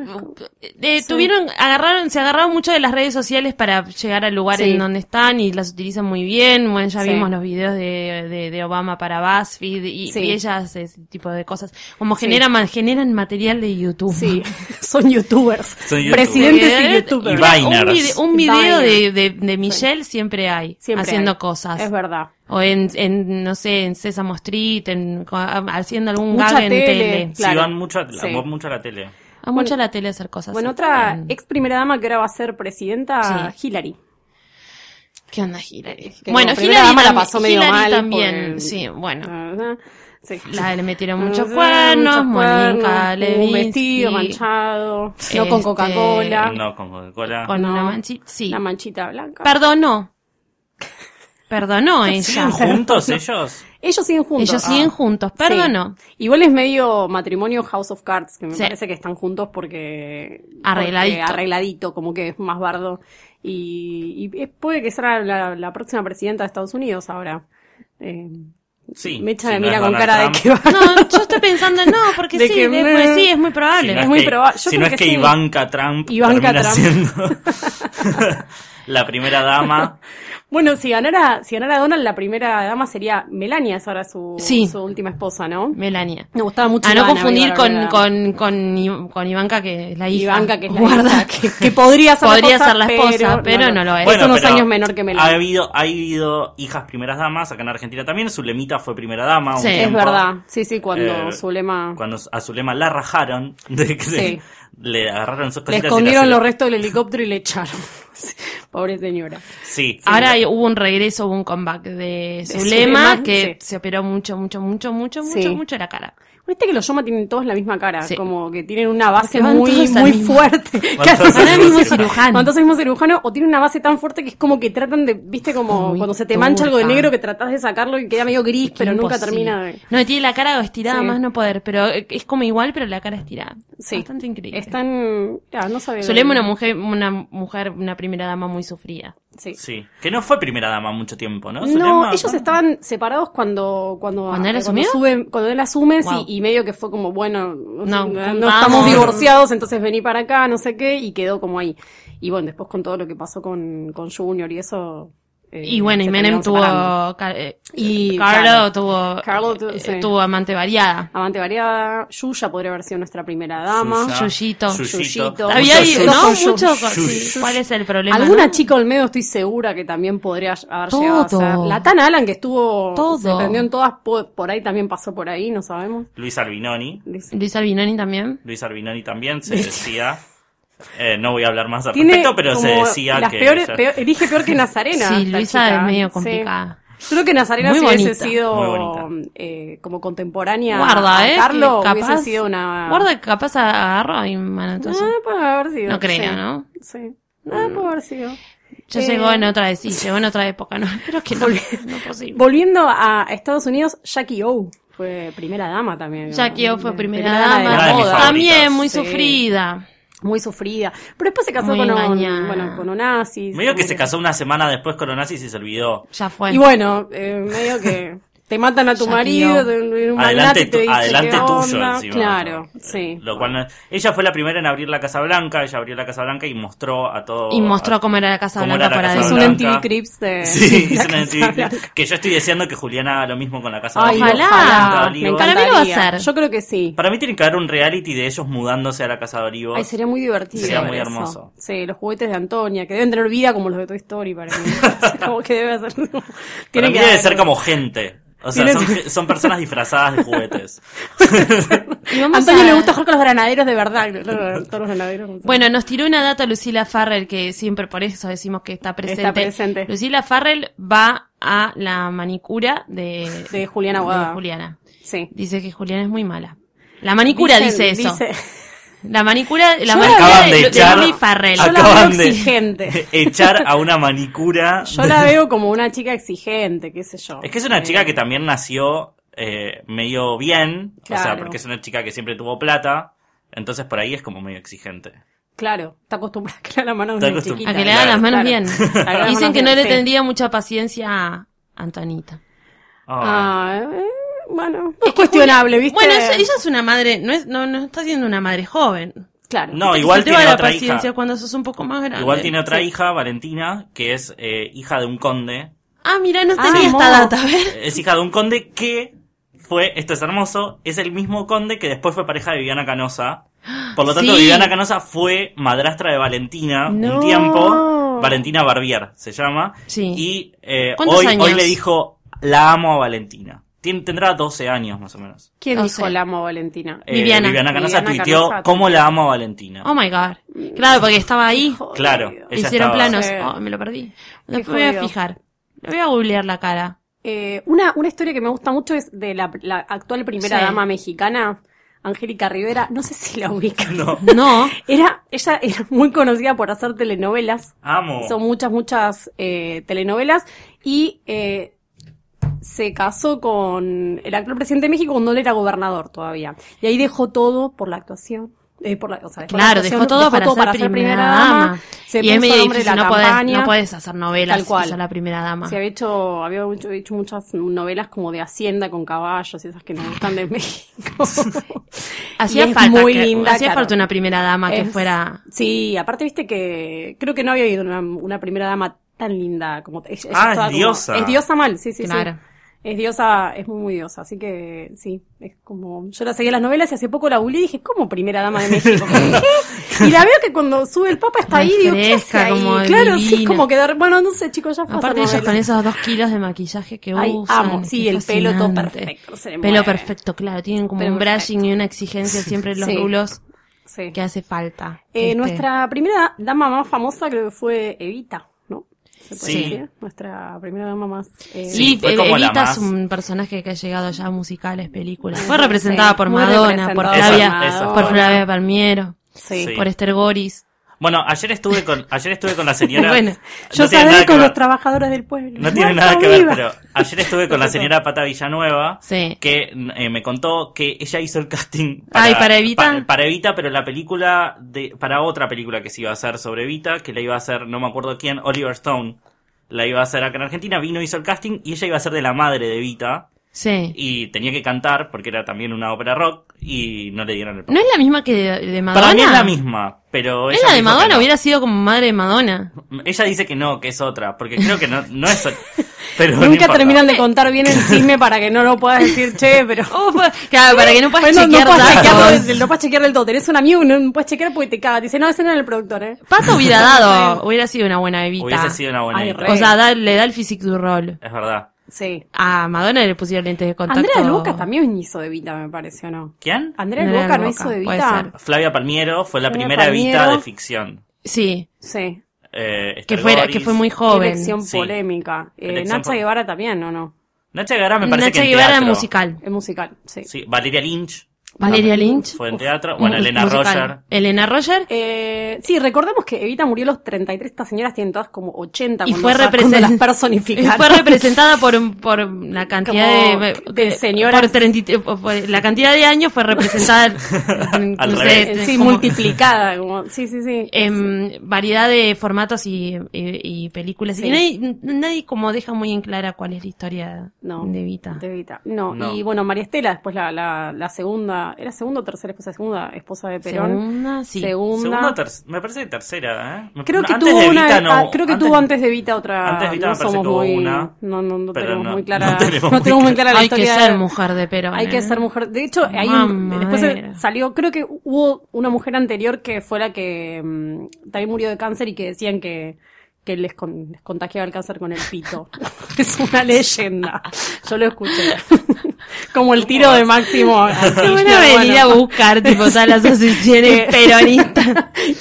Speaker 3: eh, tuvieron, agarraron, se agarraron mucho de las redes sociales para llegar al lugar
Speaker 4: Sí.
Speaker 3: en donde están y las utilizan muy bien. Bueno, ya
Speaker 4: Sí.
Speaker 3: vimos los videos de, de, de Obama para BuzzFeed y,
Speaker 4: Sí.
Speaker 3: y ellas ese tipo de cosas. Como
Speaker 4: Sí.
Speaker 3: generan, ma- generan material de YouTube.
Speaker 4: Sí, son youtubers.
Speaker 5: Son youtubers.
Speaker 4: Presidentes y
Speaker 3: Eh,
Speaker 4: youtubers.
Speaker 5: Y va-
Speaker 3: Un,
Speaker 5: Viners.
Speaker 3: vide- un video de,
Speaker 4: Viners.
Speaker 3: de, de Michelle siempre hay,
Speaker 4: Siempre
Speaker 3: haciendo
Speaker 4: hay.
Speaker 3: cosas.
Speaker 4: Es verdad.
Speaker 3: O en, en, no sé, en Sesame Street, en, haciendo algún
Speaker 4: Mucha
Speaker 3: gag en
Speaker 4: tele.
Speaker 3: tele.
Speaker 5: Sí,
Speaker 4: claro.
Speaker 5: van mucho a,
Speaker 4: Sí.
Speaker 5: van mucho a la tele.
Speaker 3: A mucha la tele hacer cosas.
Speaker 4: Bueno, otra
Speaker 3: Mm.
Speaker 4: ex primera dama que ahora va a ser presidenta, Hillary.
Speaker 3: ¿Qué onda, Hillary?
Speaker 4: Que como primera dama la pasó medio
Speaker 3: Hillary
Speaker 4: mal
Speaker 3: también,
Speaker 4: por-
Speaker 3: sí, bueno.
Speaker 4: Ah, ah. Sí.
Speaker 3: La le metieron
Speaker 4: No
Speaker 3: muchos
Speaker 4: sé,
Speaker 3: cuernos,
Speaker 4: muchos
Speaker 3: Mónica
Speaker 4: cuernos, un
Speaker 3: Levinsky.
Speaker 4: vestido manchado, no
Speaker 3: Este,
Speaker 4: con Coca-Cola,
Speaker 5: No, con Coca-Cola.
Speaker 3: Con
Speaker 4: No.
Speaker 3: una manchita. Sí.
Speaker 4: la manchita blanca.
Speaker 3: Perdonó. Perdonó ella.
Speaker 5: ¿Siguen juntos ellos?
Speaker 4: Ellos siguen juntos.
Speaker 3: Ellos
Speaker 4: Ah.
Speaker 3: siguen juntos,
Speaker 4: Sí.
Speaker 3: perdonó.
Speaker 4: Igual es medio matrimonio House of Cards, que me
Speaker 3: Sí.
Speaker 4: parece que están juntos porque
Speaker 3: Arregladito.
Speaker 4: porque arregladito, como que es más bardo. Y, y, eh, puede que sea la, la próxima presidenta de Estados Unidos ahora. Eh,
Speaker 5: Sí.
Speaker 4: Mecha
Speaker 5: si
Speaker 4: me
Speaker 5: no
Speaker 4: mira
Speaker 5: es
Speaker 4: con
Speaker 5: Donald
Speaker 4: cara
Speaker 5: Trump.
Speaker 4: de que va.
Speaker 3: No, yo estoy pensando, no, porque
Speaker 4: De
Speaker 3: sí,
Speaker 4: que
Speaker 3: de-
Speaker 4: me-
Speaker 3: pues sí, es muy
Speaker 5: Si
Speaker 3: probable.
Speaker 5: no
Speaker 4: Es
Speaker 5: es
Speaker 4: muy
Speaker 5: que-
Speaker 4: probable. Yo
Speaker 5: si
Speaker 4: creo
Speaker 5: no es
Speaker 4: que
Speaker 5: que
Speaker 4: sí.
Speaker 5: Ivanka Trump
Speaker 4: Ivanka
Speaker 5: termina
Speaker 4: Trump.
Speaker 5: siendo la primera dama.
Speaker 4: Bueno, si ganara, si ganara Donald, la primera dama sería Melania, es ahora su,
Speaker 3: Sí.
Speaker 4: su última esposa, ¿no?
Speaker 3: Melania.
Speaker 4: Me gustaba mucho.
Speaker 3: A no
Speaker 4: Ivana,
Speaker 3: confundir
Speaker 4: Ivana,
Speaker 3: con,
Speaker 4: Ivana.
Speaker 3: con, con, I- con Ivanka, que es la hija.
Speaker 4: Ivanka, que es la
Speaker 3: Guarda.
Speaker 4: hija, que, que podría ser
Speaker 3: Podría
Speaker 4: la esposa,
Speaker 3: ser la esposa, pero no lo es.
Speaker 4: Es
Speaker 5: Bueno,
Speaker 4: unos
Speaker 5: pero
Speaker 4: años menor que
Speaker 5: Ha
Speaker 4: Melania.
Speaker 5: habido, ha habido hijas primeras damas, acá en Argentina también. Zulemita fue primera dama. un
Speaker 3: Sí. Es
Speaker 4: Es
Speaker 5: tiempo.
Speaker 4: verdad, sí, sí, cuando
Speaker 5: Eh,
Speaker 4: Zulema
Speaker 5: Cuando a Zulema la rajaron, de que
Speaker 4: Sí.
Speaker 5: le agarraron sus
Speaker 4: le
Speaker 5: cositas. y
Speaker 4: escondieron
Speaker 5: las-
Speaker 4: los restos del helicóptero y le echaron. Pobre señora.
Speaker 5: Sí.
Speaker 3: Ahora hay- hubo un regreso, hubo un comeback de Zulema
Speaker 4: Zulema,
Speaker 3: que
Speaker 4: sí.
Speaker 3: se operó mucho, mucho, mucho, mucho,
Speaker 4: Sí.
Speaker 3: mucho, mucho la cara.
Speaker 4: Viste que los Yoma tienen todos la misma cara,
Speaker 3: Sí.
Speaker 4: como que tienen una base
Speaker 3: Porque van
Speaker 4: muy,
Speaker 3: todos al
Speaker 4: muy
Speaker 3: mismo-
Speaker 4: fuerte.
Speaker 5: todos
Speaker 3: Ahora
Speaker 5: al
Speaker 3: mismo
Speaker 5: cirujano.
Speaker 3: cirujano.
Speaker 4: Cuando mismo cirujano, o tiene una base tan fuerte que es como que tratan de, viste, como
Speaker 3: Muy
Speaker 4: cuando se te mancha algo de
Speaker 3: turca.
Speaker 4: negro que tratás de sacarlo y queda medio gris, pero nunca
Speaker 3: Imposible.
Speaker 4: termina de.
Speaker 3: No, tiene la cara estirada
Speaker 4: Sí.
Speaker 3: más no poder, pero eh, es como igual, pero la cara estirada.
Speaker 4: Sí.
Speaker 3: Bastante increíble.
Speaker 4: Están. Ah, no sabía.
Speaker 3: Zulema una mujer, una mujer, una primera dama muy sufrida.
Speaker 4: Sí.
Speaker 5: Sí. Que no fue primera dama mucho tiempo, ¿no?
Speaker 4: No,
Speaker 5: Zulema,
Speaker 4: ellos estaban separados cuando cuando
Speaker 3: ¿Cuando él asumió?
Speaker 4: sube- cuando él asume sí,
Speaker 3: Wow.
Speaker 4: y, medio que fue como bueno no,
Speaker 3: No,
Speaker 4: no
Speaker 3: vamos.
Speaker 4: estamos divorciados entonces vení para acá no sé qué y quedó como ahí y bueno después con todo lo que pasó con, con Junior y eso eh,
Speaker 3: Y bueno, y
Speaker 4: se
Speaker 3: Menem
Speaker 4: terminaron
Speaker 3: tuvo,
Speaker 4: separando.
Speaker 3: ca- eh,
Speaker 4: Y
Speaker 3: Carlo
Speaker 4: claro.
Speaker 3: tuvo,
Speaker 4: Carlo tuvo-
Speaker 3: eh,
Speaker 4: sí.
Speaker 3: tuvo amante variada.
Speaker 4: amante variada Yuya podría haber sido nuestra primera dama
Speaker 5: Suya,
Speaker 3: Yuyito.
Speaker 4: Yuyito.
Speaker 3: Había
Speaker 5: Mucho
Speaker 4: ahí,
Speaker 3: ido,
Speaker 5: Yuyu.
Speaker 3: ¿no?
Speaker 4: Yuyu.
Speaker 3: Mucho, con-
Speaker 5: Yuyu.
Speaker 3: sí. ¿Cuál es el problema?
Speaker 4: Alguna
Speaker 3: no?
Speaker 4: chica Olmedo estoy segura que también podría haber
Speaker 3: Todo.
Speaker 4: llegado a ser. La Tana Alan que estuvo
Speaker 3: Todo.
Speaker 4: se prendió en todas po- por ahí también pasó por ahí, no sabemos.
Speaker 5: Luis Albinoni.
Speaker 4: Dice-
Speaker 3: Luis Albinoni también.
Speaker 5: Luis Albinoni también se decía. eh, no voy a hablar más al
Speaker 4: Tiene
Speaker 5: respecto, pero se
Speaker 4: como
Speaker 5: decía
Speaker 4: las
Speaker 5: que.
Speaker 4: peores-
Speaker 5: ella-
Speaker 4: peor- elige peor que Nazarena.
Speaker 3: sí,
Speaker 4: esta
Speaker 3: Luisa
Speaker 4: chica.
Speaker 3: es medio
Speaker 4: Sí.
Speaker 3: complicada.
Speaker 4: Yo creo que Nazarena
Speaker 3: Muy
Speaker 4: si hubiese
Speaker 3: bonita.
Speaker 5: Muy
Speaker 4: sido
Speaker 5: bonita.
Speaker 4: eh, como contemporánea
Speaker 3: Guarda,
Speaker 4: a
Speaker 3: ¿eh?
Speaker 4: Carlo,
Speaker 3: que
Speaker 4: hubiese sido una...
Speaker 3: Guarda, que capaz agarró y manotó eso.
Speaker 4: Ah, puede haber sido.
Speaker 3: No creo,
Speaker 4: sí.
Speaker 3: ¿no?
Speaker 4: Sí. Ah,
Speaker 5: Mm.
Speaker 4: puede haber sido.
Speaker 3: Ya
Speaker 4: Eh,
Speaker 3: llegó en otra, sí, llegó en otra época, ¿no? Pero es que no, no es posible.
Speaker 4: Volviendo a Estados Unidos, Jackie O fue primera dama también.
Speaker 3: Jackie O
Speaker 4: ¿no?
Speaker 3: fue primera
Speaker 4: de
Speaker 5: Una
Speaker 3: dama.
Speaker 4: la
Speaker 5: de mis
Speaker 4: moda.
Speaker 5: favoritas.
Speaker 3: También muy
Speaker 4: Sí.
Speaker 3: sufrida.
Speaker 4: Muy sufrida. Pero después se casó
Speaker 3: Muy
Speaker 4: con un,
Speaker 3: engañada.
Speaker 4: bueno, con un nazis.
Speaker 5: Medio que
Speaker 4: como
Speaker 5: se casó una semana después con Onassis y se olvidó.
Speaker 3: Ya fue.
Speaker 4: Y bueno, eh, medio que te matan a tu
Speaker 3: Ya
Speaker 4: marido,
Speaker 3: tiró.
Speaker 4: te- un magnate
Speaker 5: Adelante,
Speaker 4: te
Speaker 5: tu-
Speaker 4: dice
Speaker 5: adelante
Speaker 4: qué
Speaker 5: tuyo,
Speaker 4: onda.
Speaker 5: encima.
Speaker 4: Claro,
Speaker 5: Eh,
Speaker 4: sí.
Speaker 5: Lo cual no es- Ella fue la primera en abrir la Casa Blanca, ella abrió la Casa Blanca y mostró a todo.
Speaker 3: Y mostró
Speaker 5: a-
Speaker 3: cómo era la Casa
Speaker 5: cómo
Speaker 3: Blanca
Speaker 5: era la
Speaker 3: para
Speaker 5: Casa
Speaker 4: es
Speaker 3: adentro.
Speaker 4: un
Speaker 5: Blanca.
Speaker 4: MTV Crips de...
Speaker 5: Sí,
Speaker 4: de la
Speaker 5: hizo una
Speaker 4: Casa
Speaker 5: entrevista.
Speaker 4: Blanca.
Speaker 5: Que yo estoy deseando que Juliana haga lo mismo con la Casa
Speaker 4: Ay,
Speaker 5: Blanca.
Speaker 3: Ojalá.
Speaker 5: Me
Speaker 4: Me
Speaker 5: encantaría.
Speaker 3: Para mí lo va a hacer.
Speaker 4: Yo creo que sí.
Speaker 5: Para mí tiene que haber un reality de ellos mudándose a la Casa de Olivos.
Speaker 4: Ay, sería muy divertido.
Speaker 5: Sería
Speaker 4: ver
Speaker 5: muy
Speaker 4: eso.
Speaker 5: hermoso.
Speaker 4: Sí, los juguetes de Antonia, que deben tener vida como los de Toy Story para mí. como que debe hacer. Tiene
Speaker 5: Para mí
Speaker 4: que
Speaker 5: debe
Speaker 4: haber-
Speaker 5: ser como gente. O sea,
Speaker 4: Tiene-
Speaker 5: son, ge- son personas disfrazadas de juguetes.
Speaker 3: Y vamos
Speaker 4: Antonio
Speaker 3: a-
Speaker 4: le gusta jugar con los granaderos de verdad. Todos los granaderos.
Speaker 3: Bueno, nos tiró una data Lucila Farrell, que siempre por eso decimos que está presente.
Speaker 4: Está presente.
Speaker 3: Lucila Farrell va a la manicura de,
Speaker 4: De Juliana Aguada.
Speaker 3: de Juliana.
Speaker 4: Sí.
Speaker 3: Dice que Juliana es muy mala. La manicura dice
Speaker 4: Dicen-
Speaker 3: eso.
Speaker 4: dice-
Speaker 3: La manicura, la
Speaker 4: Yo
Speaker 3: manicura
Speaker 5: Acaban
Speaker 3: de,
Speaker 5: de
Speaker 3: de
Speaker 5: echar.
Speaker 3: Luli Farrell.
Speaker 4: Yo la
Speaker 5: acaban
Speaker 4: veo exigente.
Speaker 5: de echar a una manicura.
Speaker 4: Yo la veo como una chica exigente, qué sé yo.
Speaker 5: Es que es una chica
Speaker 4: Eh,
Speaker 5: que también nació eh, medio bien. O sea,
Speaker 4: Claro.
Speaker 5: porque es una chica que siempre tuvo plata. Entonces por ahí es como medio exigente.
Speaker 4: Claro, está acostumbrada a que le hagan las manos
Speaker 5: Está
Speaker 4: bien
Speaker 5: acostumbrada.
Speaker 4: chiquitas.
Speaker 3: A que le hagan las manos bien.
Speaker 4: A que le hagan
Speaker 3: Dicen
Speaker 4: las
Speaker 3: que no
Speaker 4: manos
Speaker 3: le
Speaker 4: bien, sí.
Speaker 3: tendría mucha paciencia a Antonita.
Speaker 5: Ah,
Speaker 4: Ah, eh, bueno, es cuestionable, ¿viste?
Speaker 3: Bueno, eso- ella es una madre, no es, no, no está siendo una madre joven.
Speaker 4: Claro.
Speaker 5: No,
Speaker 3: Viste que
Speaker 5: igual
Speaker 3: se te va
Speaker 5: tiene
Speaker 3: la
Speaker 5: otra hija.
Speaker 3: paciencia cuando sos un poco más grande.
Speaker 5: Igual tiene otra
Speaker 3: Sí.
Speaker 5: hija, Valentina, que es eh, hija de un conde.
Speaker 3: Ah, mira, no
Speaker 4: Ah,
Speaker 3: tenía esta
Speaker 4: mo.
Speaker 3: data, a ver.
Speaker 5: Es hija de un conde que fue, esto es hermoso, es el mismo conde que después fue pareja de Viviana Canosa. Por lo tanto,
Speaker 3: Sí.
Speaker 5: Viviana Canosa fue madrastra de Valentina
Speaker 4: No.
Speaker 5: un tiempo. Valentina Barbier se llama.
Speaker 3: Sí.
Speaker 5: Y eh,
Speaker 3: ¿Cuántos
Speaker 5: hoy, hoy
Speaker 3: años?
Speaker 5: le dijo, la amo a Valentina. Tien- tendrá 12 años más o menos.
Speaker 4: ¿Quién
Speaker 3: No
Speaker 4: dijo
Speaker 3: sé.
Speaker 4: la amo a Valentina?
Speaker 5: Eh,
Speaker 3: Viviana.
Speaker 5: Viviana Canosa
Speaker 4: Viviana
Speaker 5: tuiteó,
Speaker 4: Canosa.
Speaker 5: ¿cómo la amo a Valentina?
Speaker 3: Oh my god. Claro, porque estaba ahí.
Speaker 4: Jodido.
Speaker 5: Eh, Claro, ella
Speaker 3: Hicieron
Speaker 5: estaba-
Speaker 3: planos.
Speaker 4: Sí.
Speaker 3: Oh, me lo perdí. Después me voy a
Speaker 4: jodido.
Speaker 3: fijar. Le voy a googlear la cara.
Speaker 4: Eh, una, una historia que me gusta mucho es de la, la actual primera
Speaker 3: Sí.
Speaker 4: dama mexicana, Angélica Rivera. No sé si la ubican.
Speaker 5: No.
Speaker 3: No.
Speaker 4: Era, ella era muy conocida por hacer telenovelas.
Speaker 5: Amo.
Speaker 4: Son muchas, muchas eh, telenovelas. Y eh, se casó con el actual presidente de México cuando él era gobernador todavía. Y ahí dejó todo por la actuación. eh, por la- o sea, dejó la
Speaker 3: Claro,
Speaker 4: actuación,
Speaker 3: dejó todo para, ser primera, dama.
Speaker 4: Se
Speaker 3: y es
Speaker 4: puso
Speaker 3: medio
Speaker 4: el nombre de
Speaker 3: difícil,
Speaker 4: la
Speaker 3: no podés,
Speaker 4: campaña.
Speaker 3: no podés hacer novelas
Speaker 4: Tal cual.
Speaker 3: y ser la primera dama.
Speaker 4: Se había hecho, había hecho, hecho muchas novelas como de hacienda con caballos y esas que nos gustan de México.
Speaker 3: hacía
Speaker 4: y es
Speaker 3: falta,
Speaker 4: muy
Speaker 3: que-
Speaker 4: linda,
Speaker 3: hacía
Speaker 4: claro.
Speaker 3: falta una primera dama que
Speaker 4: Es-
Speaker 3: fuera...
Speaker 4: Sí, aparte viste que creo que no había habido una, una primera dama tan linda como ella- ella
Speaker 5: Ah, es
Speaker 4: estaba como-
Speaker 5: diosa.
Speaker 4: es diosa mal, sí, sí, sí.
Speaker 3: claro.
Speaker 4: Es diosa, es muy, muy diosa, así que sí, es como yo la seguía en las novelas y hace poco la googleé y dije, ¿cómo primera dama de México? y la veo que cuando sube el papa está
Speaker 3: Muy
Speaker 4: ahí, digo, ¿qué hace
Speaker 3: fresca,
Speaker 4: ahí?
Speaker 3: como
Speaker 4: claro, sí,
Speaker 3: divina.
Speaker 4: como quedar, bueno, no sé, chicos, ya fue a
Speaker 3: Aparte
Speaker 4: hacer
Speaker 3: ellos con
Speaker 4: novelas.
Speaker 3: esos dos kilos de maquillaje que
Speaker 4: Ay,
Speaker 3: usan.
Speaker 4: amo, sí,
Speaker 3: qué
Speaker 4: el pelo todo
Speaker 3: fascinante.
Speaker 4: perfecto, se le
Speaker 3: Pelo
Speaker 4: mueve.
Speaker 3: perfecto, claro. Tienen como
Speaker 4: Pelo
Speaker 3: un brushing
Speaker 4: perfecto.
Speaker 3: y una exigencia siempre en los
Speaker 4: Sí.
Speaker 3: rulos
Speaker 4: Sí.
Speaker 3: que hace falta.
Speaker 4: Eh,
Speaker 3: Este,
Speaker 4: Nuestra primera dama más famosa creo que fue Evita, ¿no? ¿Se puede
Speaker 5: Sí.
Speaker 4: decir? Nuestra primera dama más... eh,
Speaker 5: Sí,
Speaker 3: y
Speaker 5: fue
Speaker 3: eh,
Speaker 5: como la
Speaker 3: Evita es
Speaker 5: más-
Speaker 3: un personaje que ha llegado ya a musicales, películas. Fue representada por
Speaker 4: Muy
Speaker 3: Madonna, por
Speaker 4: representada
Speaker 3: Flavia,
Speaker 5: Esa,
Speaker 3: por
Speaker 5: esa.
Speaker 3: Flavia Palmiero,
Speaker 4: Sí.
Speaker 5: Sí.
Speaker 3: por Esther Goris.
Speaker 5: Bueno, ayer estuve con, ayer estuve con la señora.
Speaker 3: Bueno,
Speaker 4: Yo
Speaker 5: tiene nada
Speaker 4: sabré
Speaker 5: que
Speaker 4: con
Speaker 5: ver.
Speaker 4: los trabajadores del pueblo.
Speaker 5: No tiene
Speaker 4: Muerta
Speaker 5: nada que ver,
Speaker 4: viva.
Speaker 5: pero ayer estuve con la señora Pata Villanueva,
Speaker 3: Sí.
Speaker 5: que eh, me contó que ella hizo el casting
Speaker 3: Ay, ¿para Evita?
Speaker 5: pa- para Evita, pero la película de, para otra película que se iba a hacer sobre Evita, que la iba a hacer, no me acuerdo quién, Oliver Stone, la iba a hacer acá en Argentina, vino, hizo el casting y ella iba a ser de la madre de Evita
Speaker 3: Sí.
Speaker 5: y tenía que cantar porque era también una ópera rock y no le dieron el
Speaker 3: ¿No
Speaker 5: papel.
Speaker 3: es la misma que de, de Madonna?
Speaker 5: para mí es la misma, pero
Speaker 3: Es
Speaker 5: ella
Speaker 3: la de
Speaker 5: dijo que
Speaker 3: Madonna,
Speaker 5: no.
Speaker 3: hubiera sido como madre de Madonna.
Speaker 5: Ella dice que no, que es otra, porque creo que no, no es otra. Pero no
Speaker 4: Nunca
Speaker 5: importa.
Speaker 4: terminan de contar bien el chisme para que no lo puedas decir, che, pero...
Speaker 3: Oh, fue- claro, para que no puedas
Speaker 4: Bueno,
Speaker 3: chequear
Speaker 4: no puedes chequearlo
Speaker 3: datos.
Speaker 4: desde- no puedes chequear del todo. Tenés un amigo y no no puedes chequear porque te caga. Te dice, no, ese no era el productor, ¿eh?
Speaker 3: Pato hubiera dado, hubiera sido una buena bebita.
Speaker 5: Hubiese sido una buena
Speaker 4: Ay,
Speaker 5: idea.
Speaker 4: re.
Speaker 3: O sea, da- le da el physique du rol.
Speaker 5: Es verdad.
Speaker 4: Sí.
Speaker 3: A Madonna le pusieron lentes de contacto.
Speaker 4: Andrea del Boca también hizo de Vita, me parece, ¿o no?
Speaker 5: ¿Quién?
Speaker 4: Andrea del
Speaker 3: Andrea
Speaker 4: Boca
Speaker 3: del
Speaker 4: no
Speaker 3: Boca,
Speaker 4: hizo de
Speaker 3: puede
Speaker 4: Vita.
Speaker 3: ser.
Speaker 5: Flavia Palmiero fue la
Speaker 4: Flavia
Speaker 5: primera Evita
Speaker 4: Palmiero.
Speaker 5: de ficción.
Speaker 3: Sí,
Speaker 4: Sí.
Speaker 5: Eh, Esther
Speaker 3: que fue, que
Speaker 5: Goris.
Speaker 3: fue muy
Speaker 4: Qué
Speaker 3: joven.
Speaker 4: elección
Speaker 5: Sí.
Speaker 4: polémica. Eh,
Speaker 5: Elección
Speaker 4: Nacha
Speaker 5: pol-
Speaker 4: Guevara también, ¿o no?
Speaker 5: Nacha Guevara me parece
Speaker 3: Nacha
Speaker 5: que en
Speaker 3: Guevara
Speaker 5: teatro.
Speaker 3: musical.
Speaker 4: Es musical, sí.
Speaker 5: Sí, Valeria Lynch
Speaker 3: Valeria Lynch.
Speaker 5: fue en teatro. Bueno,
Speaker 3: mu-
Speaker 5: Elena
Speaker 3: musical.
Speaker 5: Roger.
Speaker 3: Elena Roger.
Speaker 4: Eh, sí, recordemos que Evita murió a los 33, estas señoras tienen todas como 80
Speaker 3: Y
Speaker 4: cuando
Speaker 3: fue,
Speaker 4: sa-
Speaker 3: represen-
Speaker 4: cuando las
Speaker 3: y
Speaker 4: personificaron.
Speaker 3: fue representada por, un- por una cantidad
Speaker 4: Como
Speaker 3: de,
Speaker 4: de señoras.
Speaker 3: Por 33 por- por- la cantidad de años fue representada. no
Speaker 5: Al
Speaker 3: sé,
Speaker 5: revés.
Speaker 4: Sí,
Speaker 3: como- Eh.
Speaker 4: multiplicada, como, sí, sí, sí.
Speaker 3: en variedad de formatos y, y- y películas.
Speaker 4: Sí.
Speaker 3: Y nadie, nadie como deja muy en clara cuál es la historia
Speaker 4: No,
Speaker 3: de Evita.
Speaker 4: de Evita. No,
Speaker 5: No.
Speaker 4: y bueno, María Estela, después la, la, la segunda, ¿era segunda o tercera esposa? Segunda esposa de Perón.
Speaker 3: Segunda, sí.
Speaker 4: Segunda.
Speaker 5: Segunda o terc- me parece que tercera, ¿eh? Me-
Speaker 4: Creo que
Speaker 5: antes
Speaker 4: tuvo
Speaker 5: de
Speaker 4: una,
Speaker 5: Evita no,
Speaker 4: ah, creo que tuvo antes de Evita otra.
Speaker 5: antes de Evita
Speaker 4: no
Speaker 5: me parece
Speaker 4: somos
Speaker 5: que hubo
Speaker 4: muy,
Speaker 5: una,
Speaker 4: no, no, no
Speaker 5: pero
Speaker 4: tenemos
Speaker 5: no-
Speaker 4: muy clara,
Speaker 5: no tenemos
Speaker 4: no tenemos muy clara la
Speaker 3: Hay que
Speaker 4: historia.
Speaker 3: ser
Speaker 4: de-
Speaker 3: mujer de Perón.
Speaker 4: Hay que
Speaker 3: ¿eh?
Speaker 4: ser mujer. De hecho, hay un-
Speaker 3: Mamadera.
Speaker 4: después se- salió, creo que hubo una mujer anterior que fue la que mm, también murió de cáncer y que decían que, que les, con- les contagiaba el cáncer con el pito. es una leyenda. Yo lo escuché. Como el tiro de Máximo.
Speaker 3: Te
Speaker 4: Antillo,
Speaker 3: van a venir
Speaker 4: bueno.
Speaker 3: a buscar, tipo, todas las asociaciones
Speaker 4: Que-
Speaker 3: peronistas.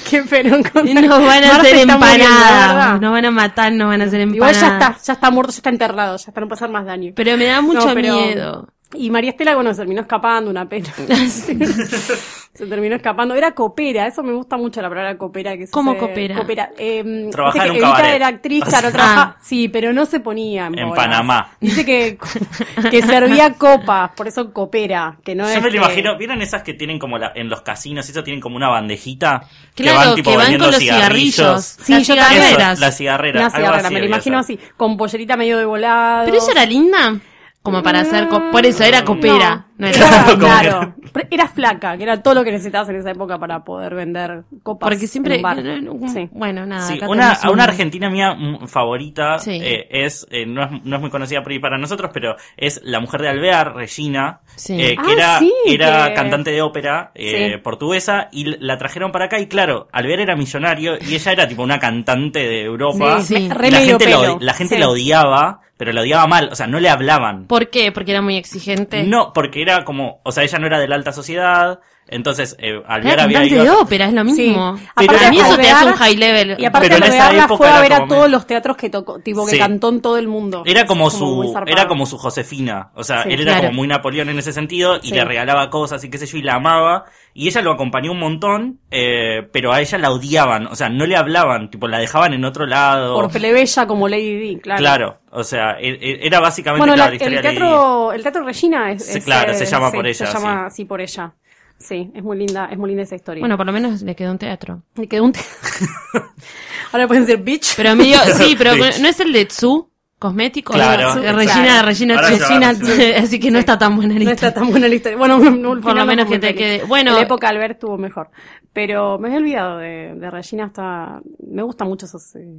Speaker 4: que Perón con-
Speaker 3: Y Nos van a
Speaker 4: Marce
Speaker 3: hacer
Speaker 4: está muriendo, ¿verdad?
Speaker 3: empanadas. Nos van a matar, nos van a hacer
Speaker 4: Igual
Speaker 3: empanadas.
Speaker 4: ya está, ya está muerto, ya está enterrado, ya está, no puede hacer más daño.
Speaker 3: Pero me da mucho
Speaker 4: No, pero-
Speaker 3: miedo.
Speaker 4: Y María Estela, bueno, se terminó escapando, una pena. se terminó escapando. Era copera, eso me gusta mucho la palabra copera. Que se
Speaker 3: ¿Cómo
Speaker 4: dice-
Speaker 3: copera?
Speaker 4: Copera. Eh, viste
Speaker 5: Trabajaba en
Speaker 4: que
Speaker 5: un
Speaker 4: Evita
Speaker 5: cabaret.
Speaker 4: era actriz, claro,
Speaker 5: Ah.
Speaker 4: trabajaba- Sí, pero no se ponía en,
Speaker 5: En
Speaker 4: bolas.
Speaker 5: Panamá.
Speaker 4: Dice que, que servía copas, por eso copera. Que no
Speaker 5: Yo
Speaker 4: es
Speaker 5: me lo
Speaker 3: este.
Speaker 4: que-
Speaker 5: imagino, ¿vieron esas que tienen como la- en los casinos, eso tienen como una bandejita?
Speaker 3: Claro, que van
Speaker 5: vendiendo
Speaker 3: con los cigarrillos.
Speaker 4: Sí,
Speaker 3: Las
Speaker 4: yo
Speaker 5: Eso,
Speaker 4: también.
Speaker 3: cigarreras.
Speaker 5: la cigarrera.
Speaker 4: Una
Speaker 5: algo
Speaker 4: cigarrera,
Speaker 5: así
Speaker 4: me lo
Speaker 5: debía
Speaker 4: imagino
Speaker 5: ser.
Speaker 4: así, con pollerita medio de volado.
Speaker 3: Pero ella era linda. Como para hacer. co- Por eso era copera. No, era.
Speaker 5: Claro, como
Speaker 4: claro. Pero Era flaca, que era todo lo que necesitabas en esa época para poder vender copas.
Speaker 3: Porque siempre.
Speaker 4: en bar. Sí.
Speaker 3: Bueno, nada.
Speaker 5: Sí,
Speaker 3: Ah, acá
Speaker 5: una,
Speaker 3: tenemos un-
Speaker 5: una argentina mía mm, favorita
Speaker 3: Sí.
Speaker 5: eh, es, eh, no es no es muy conocida por ahí para nosotros, pero es la mujer de Alvear, Regina,
Speaker 3: Sí.
Speaker 5: eh, que
Speaker 4: Ah,
Speaker 5: era,
Speaker 4: sí,
Speaker 5: era
Speaker 4: que-
Speaker 5: cantante de ópera eh,
Speaker 4: Sí.
Speaker 5: portuguesa y la trajeron para acá y claro, Alvear era millonario y ella era tipo una cantante de Europa.
Speaker 3: Sí, sí.
Speaker 5: Y
Speaker 4: Re
Speaker 5: la,
Speaker 4: medio
Speaker 5: gente la
Speaker 4: pelo.
Speaker 5: odi- la gente
Speaker 4: Sí.
Speaker 5: la odiaba, pero la odiaba mal, o sea, no le hablaban.
Speaker 3: ¿Por qué? Porque era muy exigente.
Speaker 5: No, porque era como, o sea, ella no era de la alta sociedad, Entonces, eh, Alvear
Speaker 3: Era
Speaker 5: había
Speaker 3: cantante
Speaker 5: ido.
Speaker 3: de ópera, es lo mismo.
Speaker 4: Sí.
Speaker 5: Pero
Speaker 3: Para
Speaker 5: Aparte,
Speaker 3: mí eso te hace un
Speaker 4: Alvear-
Speaker 3: high level.
Speaker 4: Y aparte
Speaker 5: Pero en
Speaker 4: de
Speaker 5: esa
Speaker 4: verla
Speaker 5: época
Speaker 4: fue
Speaker 5: era
Speaker 4: a ver a
Speaker 5: como
Speaker 4: todos
Speaker 5: me-
Speaker 4: los teatros que tocó, tipo que
Speaker 5: Sí.
Speaker 4: cantó en todo el mundo.
Speaker 5: Era como
Speaker 4: Es muy
Speaker 5: su,
Speaker 4: zarpado.
Speaker 5: era como su Josefina. O sea,
Speaker 4: Sí,
Speaker 5: él era
Speaker 3: claro.
Speaker 5: como muy Napoleón en ese sentido y
Speaker 4: Sí.
Speaker 5: le regalaba cosas y qué sé yo y la amaba. Y ella lo acompañó un montón, eh, pero a ella la odiaban. O sea, no le hablaban, tipo, la dejaban en otro lado.
Speaker 4: por plebeya como Lady Di, claro.
Speaker 5: Claro, o sea, e- e- era básicamente
Speaker 4: Bueno,
Speaker 5: claro,
Speaker 4: la-
Speaker 5: la historia
Speaker 4: el
Speaker 5: de Lady
Speaker 4: teatro, el teatro Regina es,
Speaker 5: Sí,
Speaker 4: es,
Speaker 5: claro, se llama
Speaker 4: sí,
Speaker 5: por
Speaker 4: Se
Speaker 5: ella,
Speaker 4: llama así por ella. Sí, es muy linda, es muy linda esa historia.
Speaker 3: Bueno, por lo menos le quedó un teatro.
Speaker 4: me quedó un te- Ahora pueden decir bitch.
Speaker 3: Pero medio, sí, pero
Speaker 5: Bitch.
Speaker 3: no es el de Tsu, cosmético.
Speaker 5: Claro.
Speaker 3: De Regina,
Speaker 4: Claro.
Speaker 3: Regina
Speaker 5: Ahora
Speaker 3: Tsu.
Speaker 5: se llama
Speaker 3: Regina Tsu. Así que no
Speaker 4: Sí.
Speaker 3: está tan buena
Speaker 4: No
Speaker 3: lista.
Speaker 4: está tan buena la historia. Bueno, no, no, al
Speaker 3: Por lo
Speaker 4: final
Speaker 3: menos
Speaker 4: no fue
Speaker 3: que te
Speaker 4: muy feliz.
Speaker 3: quede- bueno.
Speaker 4: En la época Albert estuvo mejor. Pero me había olvidado de, de Regina hasta. Me gustan mucho esos. eh,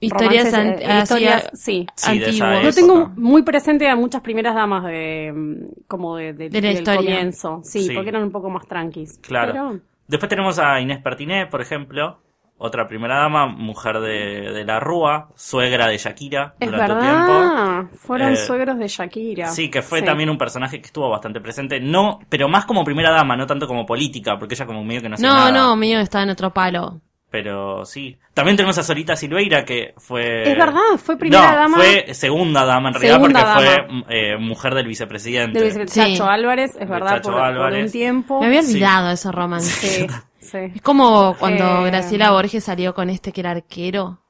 Speaker 3: Historias,
Speaker 4: romances,
Speaker 3: an-
Speaker 4: eh,
Speaker 3: así,
Speaker 4: historias, sí.
Speaker 5: Sí, de esa
Speaker 3: antiguas.
Speaker 5: época.
Speaker 4: Yo tengo muy presente a muchas primeras damas de mm, como de, de-
Speaker 3: De la
Speaker 4: del
Speaker 3: historia.
Speaker 4: comienzo, sí,
Speaker 5: Sí.
Speaker 4: porque eran un poco más tranquis.
Speaker 5: Claro.
Speaker 4: Pero-
Speaker 5: Después tenemos a Inés Pertiné, por ejemplo, otra primera dama, mujer de, de la Rúa, suegra de Shakira
Speaker 4: es
Speaker 5: durante un tiempo.
Speaker 4: verdad, fueron
Speaker 5: Eh,
Speaker 4: suegros de Shakira.
Speaker 5: Sí, que fue también un personaje que estuvo bastante presente, no, pero más como primera dama, no tanto como política, porque ella como medio que no hacía
Speaker 3: No,
Speaker 5: nada.
Speaker 3: no, mío está en otro palo.
Speaker 5: Pero sí. También tenemos a Solita Silveira, que fue...
Speaker 4: Es verdad, fue primera
Speaker 5: eh, no,
Speaker 4: dama
Speaker 5: fue segunda dama en realidad, porque
Speaker 4: Segunda
Speaker 5: fue eh, mujer del vicepresidente.
Speaker 4: de Luis
Speaker 3: Sí.
Speaker 4: Chacho Álvarez, es
Speaker 5: De
Speaker 4: verdad,
Speaker 5: Chacho
Speaker 4: por, por
Speaker 5: Álvarez.
Speaker 4: un tiempo.
Speaker 3: Me había
Speaker 5: Sí.
Speaker 3: olvidado ese romance.
Speaker 4: Sí, sí.
Speaker 3: Es como cuando
Speaker 4: Eh.
Speaker 3: Graciela Borges salió con este que era arquero.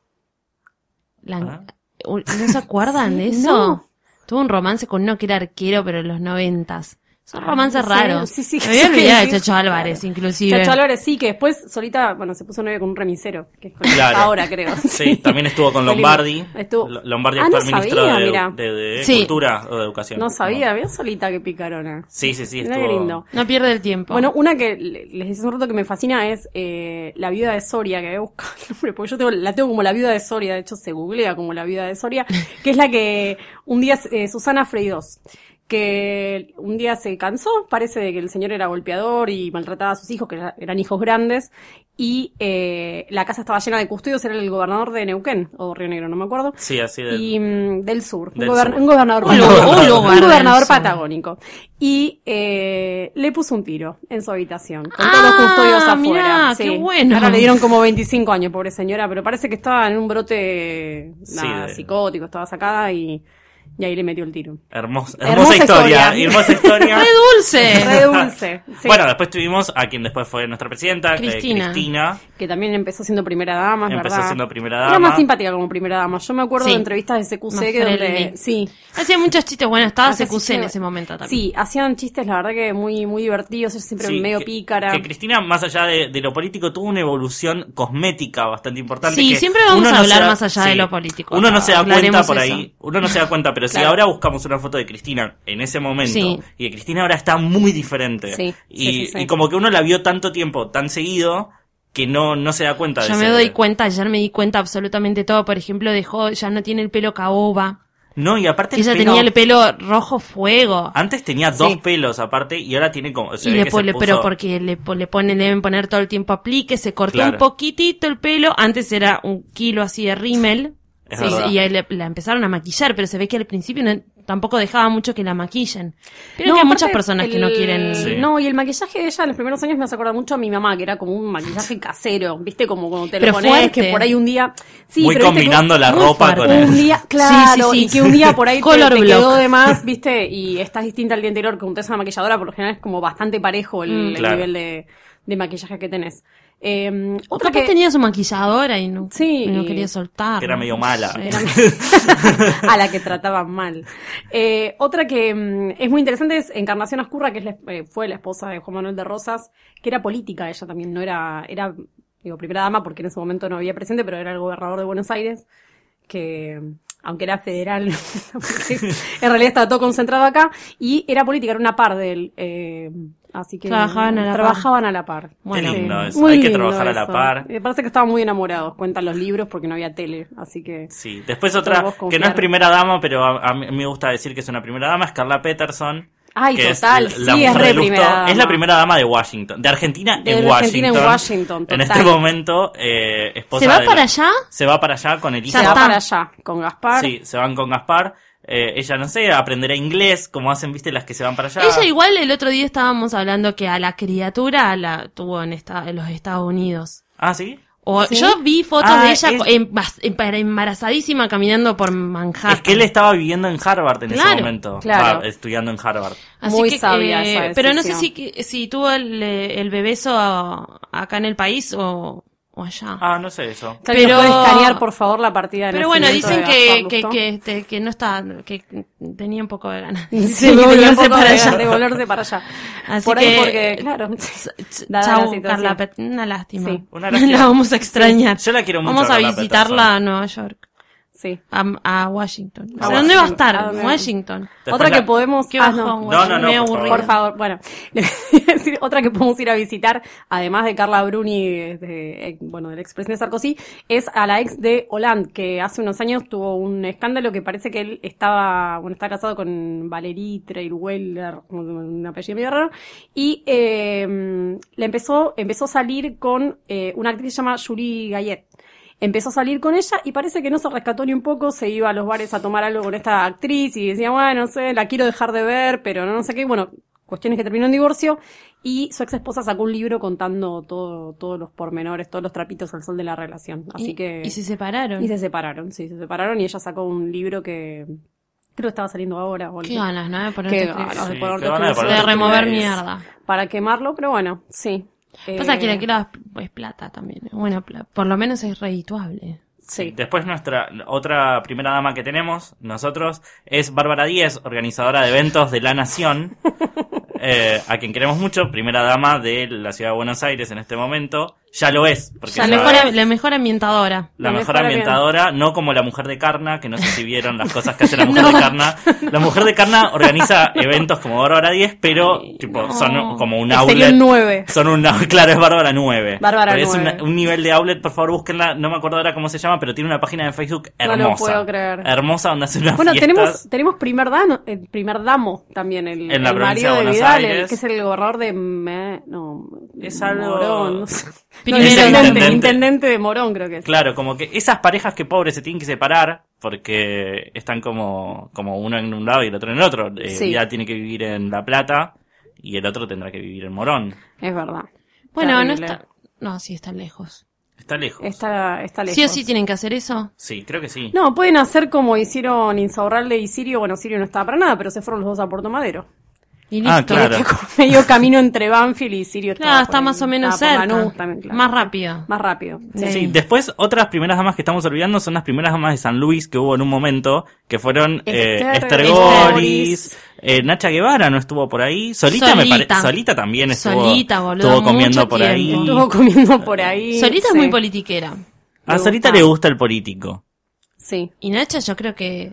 Speaker 3: La-
Speaker 5: Ah.
Speaker 3: ¿No se acuerdan
Speaker 4: Sí,
Speaker 3: de eso?
Speaker 4: no.
Speaker 3: Tuvo un romance con uno que era arquero, pero en los noventas. Son romances
Speaker 4: sí,
Speaker 3: raros.
Speaker 4: Ah, sí, sí,
Speaker 3: Me había
Speaker 4: sí,
Speaker 3: olvidado
Speaker 4: sí,
Speaker 3: de Chacho
Speaker 4: claro.
Speaker 3: Álvarez, inclusive.
Speaker 4: Chacho Álvarez sí, que después solita, bueno, se puso novia con un remisero, que es con
Speaker 5: Claro.
Speaker 4: ahora creo.
Speaker 5: Sí, también estuvo con Lombardi.
Speaker 4: Estuvo-
Speaker 5: Lo- Lombardi,
Speaker 4: Ah,
Speaker 5: actual
Speaker 4: no
Speaker 5: ministro
Speaker 4: sabía,
Speaker 5: de-
Speaker 4: mira.
Speaker 5: de, de
Speaker 3: Sí.
Speaker 5: Cultura o de Educación.
Speaker 4: No sabía,
Speaker 5: No.
Speaker 4: había solita que picarona.
Speaker 5: Sí, sí, sí,
Speaker 4: Mirá
Speaker 5: estuvo.
Speaker 4: qué lindo.
Speaker 3: No pierde el tiempo.
Speaker 4: Bueno, una que le- les decía hace un rato que me fascina es eh, la viuda de Soria, que voy a buscar el nombre, porque yo tengo- la tengo como la viuda de Soria, de hecho se googlea como la viuda de Soria, que es la que un día, eh, Susana Freidós, que un día se cansó, parece de que el señor era golpeador y maltrataba a sus hijos, que era- eran hijos grandes, y eh, la casa estaba llena de custodios, era el gobernador de Neuquén, o Río Negro, no me acuerdo,
Speaker 5: Sí, así de.
Speaker 4: y mm, del sur, un,
Speaker 5: Del
Speaker 4: gober-
Speaker 5: sur.
Speaker 4: un gobernador,
Speaker 3: Un
Speaker 4: patagónico.
Speaker 3: lugar- un
Speaker 4: un
Speaker 3: lugar del
Speaker 4: gobernador
Speaker 3: sur.
Speaker 4: patagónico y eh, le puso un tiro en su habitación con todos los
Speaker 3: Ah,
Speaker 4: custodios afuera
Speaker 3: mirá,
Speaker 4: Sí.
Speaker 3: qué bueno.
Speaker 4: ahora le dieron como 25 años pobre señora pero parece que estaba en un brote nada,
Speaker 5: Sí, de-
Speaker 4: psicótico estaba sacada y, y ahí le metió el tiro
Speaker 5: Hermosa,
Speaker 4: Hermosa
Speaker 5: hermosa historia.
Speaker 4: historia.
Speaker 5: Hermosa historia.
Speaker 3: ¡Qué dulce!
Speaker 4: re dulce sí.
Speaker 5: Bueno, después tuvimos a quien después fue nuestra presidenta, eh,
Speaker 3: Cristina. Ah,
Speaker 5: Cristina.
Speaker 4: que también empezó siendo primera dama es
Speaker 5: Empezó
Speaker 4: verdad.
Speaker 5: siendo primera
Speaker 4: era
Speaker 5: dama.
Speaker 4: más simpática como primera dama yo me acuerdo
Speaker 3: Sí.
Speaker 4: de entrevistas de CQC que
Speaker 3: Más
Speaker 4: donde
Speaker 3: friendly.
Speaker 4: sí
Speaker 3: Hacía muchos chistes. Bueno, estaba
Speaker 4: Hacía
Speaker 3: CQC en
Speaker 4: chistes-
Speaker 3: ese momento también.
Speaker 4: Sí, hacían chistes, la verdad que muy, muy divertidos, ella siempre
Speaker 5: Sí,
Speaker 4: medio
Speaker 5: que-
Speaker 4: pícara.
Speaker 5: Que Cristina, más allá de, de lo político, tuvo una evolución cosmética bastante importante.
Speaker 3: Sí,
Speaker 5: que
Speaker 3: siempre vamos
Speaker 5: uno
Speaker 3: a
Speaker 5: no se
Speaker 3: hablar
Speaker 5: da-
Speaker 3: más allá de lo político.
Speaker 5: Uno no se da cuenta
Speaker 3: Aclaremos
Speaker 5: por
Speaker 3: eso.
Speaker 5: ahí. Uno no se da cuenta, pero si
Speaker 4: Claro.
Speaker 5: ahora buscamos una foto de Cristina en ese momento,
Speaker 3: Sí.
Speaker 5: y de Cristina ahora está muy diferente.
Speaker 4: Sí,
Speaker 5: y,
Speaker 4: sí, sí, sí.
Speaker 5: y como que uno la vio tanto tiempo, tan seguido, que no, no se da cuenta de
Speaker 3: Yo me
Speaker 5: ese-
Speaker 3: doy cuenta, ayer me di cuenta absolutamente todo. Por ejemplo, dejó, ya no tiene el pelo caoba.
Speaker 5: No, y aparte. el
Speaker 3: Ella
Speaker 5: pelo-
Speaker 3: tenía el pelo rojo fuego.
Speaker 5: Antes tenía dos
Speaker 4: Sí.
Speaker 5: pelos aparte y ahora tiene como. se
Speaker 3: y
Speaker 5: ve
Speaker 3: le
Speaker 5: que se
Speaker 3: pone,
Speaker 5: puso-
Speaker 3: pero porque le, po- le ponen, le deben poner todo el tiempo aplique, se cortó
Speaker 5: Claro.
Speaker 3: un poquitito el pelo, antes era un kilo así de rímel,
Speaker 5: Es
Speaker 3: Sí,
Speaker 5: verdad.
Speaker 3: y ahí le- la empezaron a maquillar, pero se ve que al principio no- tampoco dejaba mucho que la maquillen. Pero
Speaker 4: No,
Speaker 3: que hay
Speaker 4: aparte,
Speaker 3: muchas personas que no
Speaker 4: el-
Speaker 3: quieren...
Speaker 5: Sí.
Speaker 4: No, y el maquillaje de ella en los primeros años me hace acordar mucho a mi mamá, que era como un maquillaje casero, ¿viste? Como cuando te
Speaker 3: Pero
Speaker 4: lo pones,
Speaker 3: fuerte.
Speaker 4: que por ahí un día. Sí,
Speaker 5: Muy
Speaker 4: pero viste que
Speaker 5: combinando
Speaker 4: un-
Speaker 5: la
Speaker 4: muy
Speaker 5: ropa
Speaker 4: fuerte.
Speaker 5: con el-
Speaker 4: Un día,
Speaker 3: Sí, sí,
Speaker 4: claro,
Speaker 3: sí.
Speaker 4: y que un día por ahí te,
Speaker 3: Color
Speaker 4: te quedó
Speaker 3: block.
Speaker 4: de más, ¿viste? Y estás distinta al día anterior, que un test de maquilladora, por lo general es como bastante parejo el,
Speaker 3: Mm.
Speaker 4: el
Speaker 5: Claro.
Speaker 4: nivel de, de maquillaje que tenés. Eh,
Speaker 3: O
Speaker 4: otra
Speaker 3: capaz
Speaker 4: que
Speaker 3: tenía su maquilladora y no,
Speaker 4: Sí,
Speaker 3: y no
Speaker 4: y-
Speaker 3: quería soltar.
Speaker 5: que era
Speaker 3: ¿no?
Speaker 5: medio mala.
Speaker 3: Sí.
Speaker 4: a la que trataban mal. Eh, otra que mm, es muy interesante es Encarnación Ascurra, que es la- eh, fue la esposa de Juan Manuel de Rosas, que era política, ella también no era, era, digo, primera dama, porque en ese momento no había presente, pero era el gobernador de Buenos Aires, que aunque era federal, porque en realidad estaba todo concentrado acá, y era política, era una par de él. eh, así que
Speaker 3: Trabajaban a la par.
Speaker 4: trabajaban a la par.
Speaker 3: Bueno.
Speaker 5: Qué lindo eso,
Speaker 4: muy
Speaker 5: hay que
Speaker 4: lindo
Speaker 5: trabajar a la par.
Speaker 4: Me parece que estaban muy enamorados, cuentan los libros porque no había tele, así que...
Speaker 5: Sí, después
Speaker 4: Pero
Speaker 5: otra
Speaker 4: vos
Speaker 5: que no es
Speaker 4: confiar.
Speaker 5: primera dama, pero a, a mí me gusta decir que es una primera dama, es Carla Peterson.
Speaker 4: Ay,
Speaker 5: que es
Speaker 4: total,
Speaker 5: la- la
Speaker 4: sí, es
Speaker 5: mujer
Speaker 4: re
Speaker 5: de Lusto.
Speaker 4: primera dama.
Speaker 5: Es la primera dama de Washington, de Argentina,
Speaker 4: De
Speaker 5: en,
Speaker 4: Argentina en
Speaker 5: Washington.
Speaker 4: Washington,
Speaker 5: En
Speaker 4: total.
Speaker 5: este momento, eh, esposa
Speaker 3: ¿Se va
Speaker 5: de-
Speaker 3: para allá?
Speaker 5: Se va para allá con
Speaker 4: Se
Speaker 5: Elisa.
Speaker 3: Ya
Speaker 4: va
Speaker 3: está.
Speaker 4: para allá con Gaspar.
Speaker 5: Sí, se van con Gaspar. eh, ella, no sé, aprenderá inglés, como hacen, viste, las que se van para allá.
Speaker 3: Ella igual el otro día estábamos hablando que a la criatura la tuvo en, esta, en los Estados Unidos.
Speaker 5: Ah, sí.
Speaker 3: O
Speaker 4: ¿Sí?
Speaker 3: yo vi fotos
Speaker 5: Ah,
Speaker 3: de ella
Speaker 5: es-
Speaker 3: co- embas- em- para- embarazadísima caminando por Manhattan.
Speaker 5: Es que él estaba viviendo en Harvard en ese
Speaker 3: Claro,
Speaker 5: momento.
Speaker 4: claro.
Speaker 5: Va, estudiando en Harvard.
Speaker 4: Muy sabia esa
Speaker 3: eh, pero no sé si,
Speaker 4: decisión.
Speaker 3: que- si tuvo el, eh, el bebeso a- acá en el país o, o allá.
Speaker 5: Ah, no sé eso.
Speaker 4: Claro, ¿nos
Speaker 3: Pero-
Speaker 4: puede escanear, por favor, la partida de
Speaker 3: pero bueno, dicen
Speaker 4: nacimiento de
Speaker 3: que,
Speaker 4: Gaspar
Speaker 3: que,
Speaker 4: Lustó?
Speaker 3: que, este, que no está, que tenía un poco de ganas.
Speaker 4: Sí,
Speaker 3: que
Speaker 4: de
Speaker 3: tenía un
Speaker 4: volverse
Speaker 3: poco
Speaker 4: para
Speaker 3: de
Speaker 4: allá,
Speaker 3: ganas.
Speaker 4: de volverse para allá.
Speaker 3: Así
Speaker 4: por
Speaker 3: que-
Speaker 4: ahí porque, claro.
Speaker 3: Ch-
Speaker 4: Dada la
Speaker 3: Chau,
Speaker 4: situación.
Speaker 3: Carla, pe- una lástima.
Speaker 4: Sí,
Speaker 5: una lástima.
Speaker 3: La vamos a extrañar.
Speaker 5: Yo la quiero mucho.
Speaker 3: vamos a
Speaker 5: Carla
Speaker 3: visitarla a Nueva York,
Speaker 4: Sí.
Speaker 3: a, a Washington.
Speaker 5: A
Speaker 3: O sea, ¿Dónde va a
Speaker 4: Washington.
Speaker 3: estar?
Speaker 4: Ah, bueno.
Speaker 3: Washington.
Speaker 5: Después
Speaker 4: Otra
Speaker 5: la-
Speaker 4: que podemos...
Speaker 3: Qué
Speaker 4: ah,
Speaker 3: bajón,
Speaker 4: no.
Speaker 5: No, no, no,
Speaker 3: me
Speaker 5: por
Speaker 3: aburrido.
Speaker 5: favor.
Speaker 4: Por favor, bueno, le voy a decir otra que podemos ir a visitar, además de Carla Bruni, de- de- eh, bueno, del expresidente Sarkozy, es a la ex de Hollande, que hace unos años tuvo un escándalo que parece que él estaba, bueno, está casado con Valerie Treilweller, un apellido medio raro, y eh, le empezó, empezó a salir con eh, una actriz que se llama Julie Gayet. Empezó a salir con ella y parece que no se rescató ni un poco, se iba a los bares a tomar algo con esta actriz y decía, bueno, no sé, la quiero dejar de ver, pero no sé qué. Bueno, cuestiones que terminó en divorcio y su ex esposa sacó un libro contando todo, todos los pormenores, todos los trapitos al sol de la relación. Así
Speaker 3: y,
Speaker 4: que...
Speaker 3: y se separaron.
Speaker 4: y se separaron, sí, se separaron y ella sacó un libro que creo que estaba saliendo ahora. o algo
Speaker 3: Qué
Speaker 4: así.
Speaker 3: ganas, ¿no? De ponerte
Speaker 4: Qué
Speaker 3: a escribir.
Speaker 4: ganas de
Speaker 5: Sí,
Speaker 4: ponerte
Speaker 5: qué ganas de
Speaker 4: a escribir
Speaker 5: ponerte
Speaker 3: De
Speaker 5: Pero
Speaker 3: remover
Speaker 5: es-
Speaker 3: mierda.
Speaker 4: para quemarlo, pero bueno, sí. Eh,
Speaker 3: Pasa que la quila es pues, plata también. eh, Bueno, pla- por lo menos es redituable.
Speaker 4: Sí.
Speaker 5: Después nuestra otra primera dama que tenemos nosotros es Bárbara Díez, organizadora de eventos de La Nación, eh, a quien queremos mucho, primera dama de la ciudad de Buenos Aires en este momento. Ya lo es, porque
Speaker 3: La
Speaker 5: ya
Speaker 3: mejor,
Speaker 5: es
Speaker 3: la mejor ambientadora.
Speaker 4: la
Speaker 5: la mejor
Speaker 4: mejor
Speaker 5: ambientadora, no como la mujer de Carna, que no sé si vieron las cosas que hace la mujer de Carna. La mujer de Carna organiza eventos como Bárbara Díez, pero
Speaker 3: Ay,
Speaker 5: tipo
Speaker 3: no.
Speaker 5: son como un
Speaker 4: Sería
Speaker 5: outlet
Speaker 4: un 9.
Speaker 5: son un, claro, es Bárbara 9.
Speaker 4: Bárbara
Speaker 5: Pero es
Speaker 4: 9.
Speaker 5: una- un nivel de outlet, por favor, búsquenla. No me acuerdo ahora cómo se llama, pero tiene una página de Facebook
Speaker 4: No lo
Speaker 5: hermosa.
Speaker 4: puedo creer.
Speaker 5: Hermosa, donde hace unas
Speaker 4: Bueno, tenemos,
Speaker 5: fiestas.
Speaker 4: tenemos primer, dano- el primer damo también, el,
Speaker 5: En la
Speaker 4: el
Speaker 5: provincia
Speaker 4: marido
Speaker 5: de
Speaker 4: de,
Speaker 5: Buenos
Speaker 4: Vidal, el
Speaker 5: Aires.
Speaker 4: que es el gobernador de... Me- no,
Speaker 5: Es algo-
Speaker 4: Morón, no sé. No,
Speaker 3: Es el
Speaker 4: intendente,
Speaker 5: intendente.
Speaker 4: intendente de Morón, creo que es.
Speaker 5: Claro, como que esas parejas que pobres se tienen que separar porque están como, como uno en un lado y el otro en el otro. Eh,
Speaker 4: Sí.
Speaker 5: Vidal tiene que vivir en La Plata y el otro tendrá que vivir en Morón.
Speaker 4: Es verdad.
Speaker 3: Bueno, no
Speaker 4: Terrible.
Speaker 3: está. No, sí, está lejos.
Speaker 5: Está lejos.
Speaker 4: Está, está lejos.
Speaker 3: Sí o sí tienen que hacer eso.
Speaker 5: Sí, creo que sí.
Speaker 4: No, pueden hacer como hicieron Insaurralde y Sirio. Bueno, Sirio no estaba para nada, pero se fueron los dos a Puerto Madero.
Speaker 3: Y listo.
Speaker 5: Ah, claro.
Speaker 4: Medio camino entre Banfield y Sirio. estaba
Speaker 3: Claro,
Speaker 4: por
Speaker 3: está
Speaker 4: ahí.
Speaker 3: más o menos
Speaker 4: Estaba por
Speaker 3: cerca.
Speaker 4: Lanús también, claro.
Speaker 3: Más rápido.
Speaker 4: Más rápido.
Speaker 5: Sí,
Speaker 3: Sí.
Speaker 5: sí. Después, otras primeras damas que estamos olvidando son las primeras damas de San Luis que hubo en un momento, que fueron
Speaker 3: Este,
Speaker 5: eh,
Speaker 4: Esther-
Speaker 5: Esther Goris, eh, Nacha Guevara no estuvo por ahí, Solita, me
Speaker 3: Solita.
Speaker 5: parece, Solita también estuvo,
Speaker 3: Solita, boludo,
Speaker 5: estuvo comiendo
Speaker 3: mucho
Speaker 5: por
Speaker 3: tiempo.
Speaker 5: ahí.
Speaker 4: Estuvo comiendo por ahí.
Speaker 3: Solita
Speaker 4: sí.
Speaker 3: es muy politiquera.
Speaker 5: A Solita le gusta el político.
Speaker 4: Sí.
Speaker 3: Y Nacha yo creo que...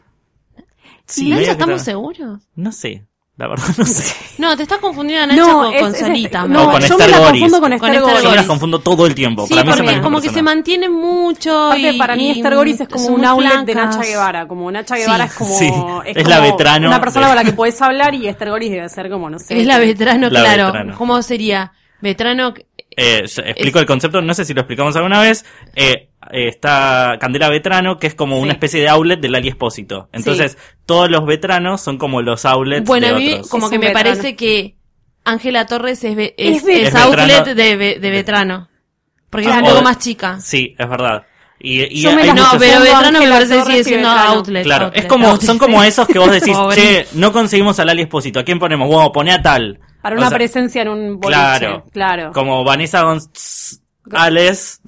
Speaker 5: Sí, medio
Speaker 3: ¿Nacha
Speaker 5: que
Speaker 3: estamos
Speaker 5: tra-
Speaker 3: seguros?
Speaker 5: No sé, la verdad no sé.
Speaker 3: No, te estás confundiendo a Nacha con, con Solita.
Speaker 5: no,
Speaker 3: me
Speaker 5: con
Speaker 4: este, yo
Speaker 5: Esther
Speaker 4: me la
Speaker 5: Goris.
Speaker 4: confundo con
Speaker 3: Con
Speaker 4: Esther
Speaker 3: Esther
Speaker 4: Goris.
Speaker 5: Yo me las
Speaker 3: Goris.
Speaker 5: confundo todo el tiempo.
Speaker 3: Sí,
Speaker 5: para mí
Speaker 3: porque
Speaker 5: son la misma
Speaker 3: como que se
Speaker 5: persona.
Speaker 3: mantiene mucho.
Speaker 4: Aparte,
Speaker 3: y-
Speaker 4: para mí
Speaker 3: y
Speaker 4: Esther Goris es como
Speaker 3: son
Speaker 4: un
Speaker 3: muy
Speaker 4: outlet de
Speaker 3: blancas.
Speaker 4: Nacha Guevara. Como Nacha
Speaker 3: Sí,
Speaker 4: Guevara es como,
Speaker 5: sí.
Speaker 4: es
Speaker 5: Es la
Speaker 4: como
Speaker 5: veterano
Speaker 4: una persona
Speaker 5: de-
Speaker 4: con la que puedes hablar y Esther Goris debe ser como, no sé.
Speaker 3: Es la veterano,
Speaker 5: La
Speaker 3: claro.
Speaker 5: veterano.
Speaker 3: ¿Cómo sería? Veterano.
Speaker 5: Eh, yo explico el concepto, no sé si lo explicamos alguna vez. Eh, eh, está Candela Vetrano, que es como
Speaker 4: Sí.
Speaker 5: una especie de outlet del Ali Espósito. Entonces, todos los veteranos son como los outlets
Speaker 3: Bueno,
Speaker 5: de
Speaker 3: a mí
Speaker 5: otros.
Speaker 3: como
Speaker 4: Es
Speaker 3: que
Speaker 4: un
Speaker 3: me
Speaker 4: veterano.
Speaker 3: parece que Ángela Torres es, ve- es,
Speaker 4: Es ve-
Speaker 3: es
Speaker 5: Es
Speaker 3: outlet
Speaker 5: veterano.
Speaker 3: de, ve- de veterano. Porque
Speaker 5: Ah,
Speaker 3: es un poco
Speaker 5: o-
Speaker 3: más chica.
Speaker 5: Sí, es verdad. Y, y
Speaker 4: Yo me
Speaker 5: hay
Speaker 4: las
Speaker 3: No,
Speaker 5: muchos-
Speaker 4: confundo
Speaker 3: pero veterano me
Speaker 4: Ángela
Speaker 3: parece que
Speaker 4: Torres
Speaker 3: sigue
Speaker 4: y
Speaker 3: siendo
Speaker 4: veterano.
Speaker 3: outlet.
Speaker 5: Claro,
Speaker 3: outlet,
Speaker 5: es como,
Speaker 3: outlet.
Speaker 5: son como esos que vos decís,
Speaker 3: Pobre.
Speaker 5: che, no conseguimos al Ali Espósito, ¿a quién ponemos? Wow, pone a tal.
Speaker 4: Para
Speaker 5: O
Speaker 4: una
Speaker 5: sea,
Speaker 4: presencia en un boliche.
Speaker 5: Claro.
Speaker 4: Claro. Claro.
Speaker 5: Como Vanessa González,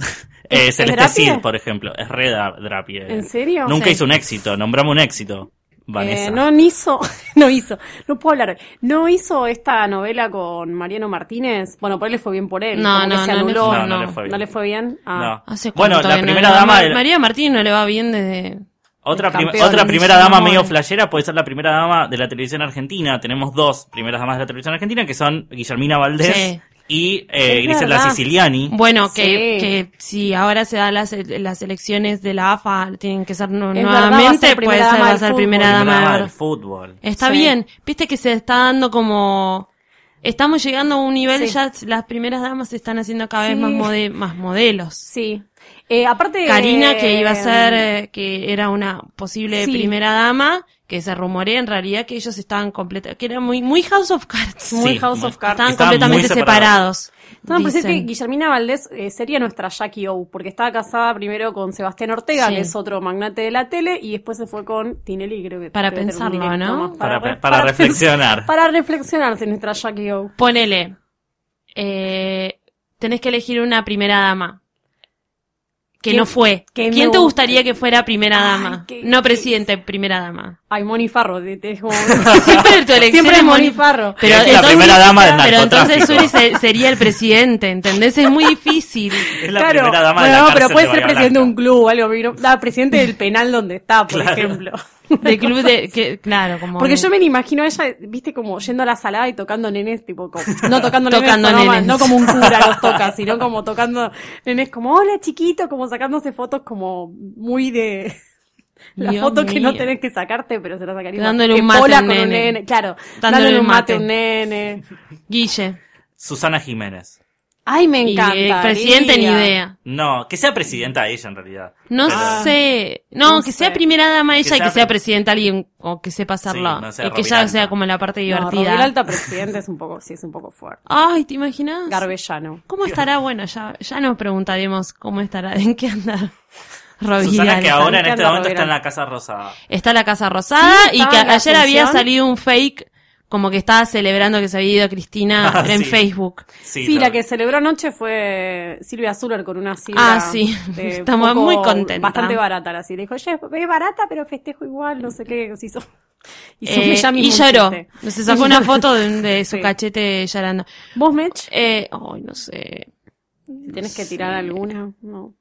Speaker 5: eh,
Speaker 4: ¿Es-
Speaker 5: Celeste
Speaker 4: es Drapie?
Speaker 5: Cid, por ejemplo. Es re da- Drapie.
Speaker 4: ¿En serio?
Speaker 5: Nunca
Speaker 4: Sí.
Speaker 5: hizo un éxito, nombramos un éxito. Vanessa.
Speaker 4: Eh, no ni hizo, no hizo, no puedo hablar. hoy. No hizo esta novela con Mariano Martínez. Bueno, por él le fue bien por él.
Speaker 3: No,
Speaker 4: como que
Speaker 3: no,
Speaker 4: se
Speaker 3: no,
Speaker 4: anuló.
Speaker 5: no, no le fue bien.
Speaker 4: ¿No le fue bien? Ah.
Speaker 5: No.
Speaker 3: Hace
Speaker 5: Bueno,
Speaker 3: cuánto
Speaker 5: la
Speaker 3: que no
Speaker 5: primera
Speaker 3: le va-
Speaker 5: dama.
Speaker 3: Ma-
Speaker 5: de-
Speaker 3: María Martín no le va bien desde.
Speaker 5: Otra,
Speaker 4: El
Speaker 5: prim-
Speaker 4: campeón,
Speaker 5: otra primera
Speaker 3: sí,
Speaker 5: dama
Speaker 3: amor.
Speaker 5: medio flashera puede ser la primera dama de la televisión argentina. Tenemos dos primeras damas de la televisión argentina que son Guillermina Valdés
Speaker 3: Sí.
Speaker 5: y eh,
Speaker 4: Es
Speaker 5: Griselda
Speaker 4: verdad.
Speaker 5: Siciliani.
Speaker 3: Bueno,
Speaker 4: Sí.
Speaker 3: que, que si ahora se dan las, las elecciones de la AFA, tienen que ser nu-
Speaker 4: Es verdad, va a
Speaker 3: nuevamente,
Speaker 4: ser
Speaker 3: puede
Speaker 4: primera
Speaker 3: ser, va
Speaker 4: dama
Speaker 3: a
Speaker 4: del
Speaker 3: ser
Speaker 4: fútbol.
Speaker 3: primera
Speaker 5: Primera
Speaker 3: dama. Eh,
Speaker 5: dama
Speaker 3: de-
Speaker 5: del fútbol.
Speaker 3: Está
Speaker 4: Sí.
Speaker 3: bien. Viste que se está dando como. Estamos llegando a un nivel,
Speaker 4: Sí.
Speaker 3: ya las primeras damas se están haciendo cada vez
Speaker 4: Sí.
Speaker 3: más, mode- más modelos.
Speaker 4: Sí. Eh, aparte. em,
Speaker 3: Karina, que iba a ser, eh, que era una posible
Speaker 4: Sí.
Speaker 3: primera dama, que se rumorea en realidad que ellos estaban completamente, que era muy, muy House of Cards.
Speaker 4: Muy House of Cards.
Speaker 3: Estaban
Speaker 5: estaban
Speaker 3: completamente
Speaker 5: muy separados.
Speaker 3: separados.
Speaker 4: No, pues es que
Speaker 3: dicen.
Speaker 4: Guillermina Valdés eh, sería nuestra Jackie O, porque estaba casada primero con Sebastián Ortega,
Speaker 3: Sí.
Speaker 4: que es otro magnate de la tele, y después se fue con Tinelli, creo que.
Speaker 3: Para
Speaker 4: debe tener un
Speaker 3: pensarlo,
Speaker 4: directo
Speaker 3: ¿no?
Speaker 4: más
Speaker 5: Para,
Speaker 4: re-
Speaker 5: para reflexionar.
Speaker 4: Para reflexionarse nuestra Jackie O.
Speaker 3: Ponele, eh, tenés que elegir una primera dama. Que
Speaker 4: ¿Quién-
Speaker 3: no fue.
Speaker 4: que
Speaker 3: ¿Quién
Speaker 4: me
Speaker 3: te
Speaker 4: gu-
Speaker 3: gustaría que fuera primera
Speaker 4: Ay,
Speaker 3: dama?
Speaker 4: qué-
Speaker 3: no
Speaker 4: qué-
Speaker 3: presidente, primera dama.
Speaker 4: Ay, Moni Farro, de, de- es como-
Speaker 3: Siempre tu elección
Speaker 4: Siempre
Speaker 3: es
Speaker 4: es Moni
Speaker 3: Moni-
Speaker 4: Farro.
Speaker 3: Pero
Speaker 5: Es la primera dama del
Speaker 3: Pero entonces Suri se-
Speaker 5: narcotráfico.
Speaker 3: sería el presidente, ¿entendés? Es muy difícil.
Speaker 5: Es la primera dama
Speaker 4: bueno,
Speaker 5: de la
Speaker 4: no, pero
Speaker 5: cárcel
Speaker 4: puede
Speaker 5: de
Speaker 4: ser
Speaker 5: Bahía
Speaker 4: presidente de un
Speaker 5: Blanca.
Speaker 4: club, algo, pero- ah, presidente del penal donde está, por
Speaker 5: Claro.
Speaker 4: ejemplo.
Speaker 3: Del club de... que- claro, como...
Speaker 4: Porque
Speaker 3: de-
Speaker 4: yo me la imagino a ella, viste, como yendo a la salada y tocando nenes, tipo, como- no tocando,
Speaker 3: Tocando
Speaker 4: nenes, no,
Speaker 3: nenes.
Speaker 4: no como un cura los toca, sino como tocando nenes, como, hola chiquito, como sacándose fotos como muy de... La
Speaker 3: Dios
Speaker 4: foto que no
Speaker 3: mío.
Speaker 4: tenés que sacarte, pero se la sacaría.
Speaker 3: Dándole un
Speaker 4: Que
Speaker 3: mate a
Speaker 4: pola
Speaker 3: un
Speaker 4: con un
Speaker 3: nene.
Speaker 4: nene. Claro,
Speaker 3: Dándole
Speaker 4: dándole
Speaker 3: un
Speaker 4: un mate a un
Speaker 3: mate.
Speaker 4: nene.
Speaker 3: Guille.
Speaker 5: Susana Jiménez.
Speaker 4: Ay, me
Speaker 3: Y,
Speaker 4: encanta.
Speaker 3: eh, presidente ni idea.
Speaker 5: No, que sea presidenta ella en realidad.
Speaker 3: No
Speaker 5: Pero-
Speaker 3: sé. No,
Speaker 4: No
Speaker 3: que
Speaker 4: sé.
Speaker 3: sea primera dama ella
Speaker 5: Ah, Que
Speaker 3: y que
Speaker 5: sea-
Speaker 3: sea presidenta alguien o que sepa hacerlo.
Speaker 5: no sea
Speaker 3: y que
Speaker 5: Robin
Speaker 3: ya
Speaker 5: Alta.
Speaker 3: sea como la parte divertida.
Speaker 4: alta presidente es un poco, sí, es un poco fuerte.
Speaker 3: Ay, ¿te imaginas?
Speaker 4: Garbellano.
Speaker 3: ¿Cómo estará? Bueno, ya, ya nos preguntaremos cómo estará, en qué anda Robbie
Speaker 5: Susana que
Speaker 3: Alta.
Speaker 5: ahora en
Speaker 4: que
Speaker 5: este
Speaker 4: anda
Speaker 5: momento está en
Speaker 4: Roberto.
Speaker 5: la Casa Rosada.
Speaker 3: Está la Casa Rosada
Speaker 4: Sí,
Speaker 3: y
Speaker 4: estaba
Speaker 3: que
Speaker 4: en la
Speaker 3: ayer había
Speaker 4: Asunción.
Speaker 3: salido un fake como que estaba celebrando que se había ido Cristina
Speaker 5: Ah,
Speaker 3: en
Speaker 5: sí.
Speaker 3: Facebook.
Speaker 5: Sí,
Speaker 4: Sí, la
Speaker 5: lo-
Speaker 4: que celebró anoche fue Silvia Zuller con una sidra.
Speaker 3: Ah, sí.
Speaker 4: eh,
Speaker 3: Estamos
Speaker 4: poco-
Speaker 3: muy contenta.
Speaker 4: Bastante barata la sidra. Dijo, oye, es barata, pero festejo igual, no sé qué. Se hizo. hizo
Speaker 3: Eh,
Speaker 4: ella
Speaker 3: y
Speaker 4: misma un
Speaker 3: lloró.
Speaker 4: chiste.
Speaker 3: Se sacó una foto de, de su
Speaker 4: Sí.
Speaker 3: cachete llorando.
Speaker 4: ¿Vos, Mech?
Speaker 3: Eh, ay, no sé.
Speaker 4: ¿Tenés que
Speaker 3: Eh, sí.
Speaker 4: tirar alguna? No.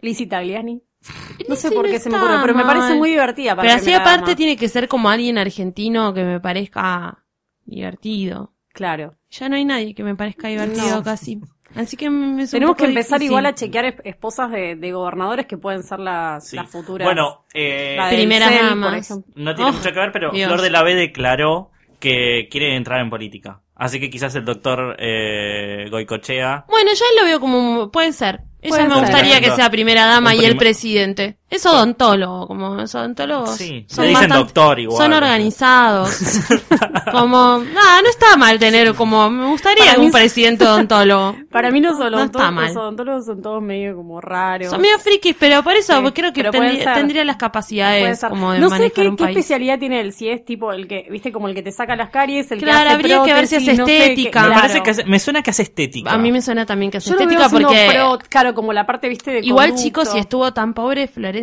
Speaker 4: Lizzie Tagliani. No
Speaker 3: Lizzie
Speaker 4: sé por
Speaker 3: no
Speaker 4: qué se me
Speaker 3: está
Speaker 4: ocurre, pero me parece
Speaker 3: mal.
Speaker 4: muy divertida. Para
Speaker 3: Pero así
Speaker 4: primera
Speaker 3: aparte
Speaker 4: dama.
Speaker 3: tiene que ser como alguien argentino que me parezca divertido.
Speaker 4: Claro.
Speaker 3: Ya no hay nadie que me parezca divertido
Speaker 4: No.
Speaker 3: casi. Así que me es un
Speaker 4: Tenemos
Speaker 3: poco
Speaker 4: que empezar
Speaker 3: difícil.
Speaker 4: igual a chequear es- esposas de, de gobernadores que pueden ser las,
Speaker 5: sí.
Speaker 4: las futuras.
Speaker 5: Bueno, eh,
Speaker 4: la del
Speaker 3: Primeras
Speaker 4: CEL, por
Speaker 3: damas.
Speaker 4: ejemplo.
Speaker 5: no tiene
Speaker 3: Oh,
Speaker 5: mucho que ver, pero
Speaker 3: Dios.
Speaker 5: Flor de la B declaró que quiere entrar en política. Así que quizás el doctor eh, Goicochea.
Speaker 3: Bueno, yo lo veo como un- puede ser. Ella
Speaker 4: Puede
Speaker 3: me
Speaker 4: ser.
Speaker 3: gustaría que
Speaker 5: Tremendo.
Speaker 3: sea primera dama
Speaker 5: Un
Speaker 3: y el
Speaker 5: prima-
Speaker 3: presidente. Es odontólogo, como es odontólogos.
Speaker 5: Sí, le dicen
Speaker 3: bastante-
Speaker 5: doctor igual.
Speaker 3: Son organizados. como, nada, no está mal tener como me gustaría
Speaker 4: Para mí
Speaker 3: un
Speaker 4: es-
Speaker 3: presidente odontólogo.
Speaker 4: Para mí los odontólogos,
Speaker 3: está mal.
Speaker 4: los odontólogos son todos medio como raros.
Speaker 3: Son medio frikis, pero por eso
Speaker 4: Sí,
Speaker 3: creo que
Speaker 4: pero pueden
Speaker 3: tendría,
Speaker 4: ser.
Speaker 3: tendría las
Speaker 4: Puede
Speaker 3: capacidades
Speaker 4: ser.
Speaker 3: como de
Speaker 4: no
Speaker 3: manejar
Speaker 4: sé qué,
Speaker 3: un
Speaker 4: qué
Speaker 3: país.
Speaker 4: especialidad tiene él, si es tipo el que, viste, como el que te saca las caries, el
Speaker 3: Claro,
Speaker 4: que hace
Speaker 3: habría que ver si
Speaker 4: prótesis,
Speaker 3: hace
Speaker 4: no sé qué-
Speaker 3: estética.
Speaker 5: Me
Speaker 3: Claro.
Speaker 5: parece que hace- me suena que hace estética.
Speaker 3: A mí me suena también que es
Speaker 4: Yo lo
Speaker 3: estética
Speaker 4: veo siendo
Speaker 3: porque
Speaker 4: pro- claro, como la parte, viste, de
Speaker 3: igual
Speaker 4: conducto.
Speaker 3: chicos, si estuvo tan pobre Florencia,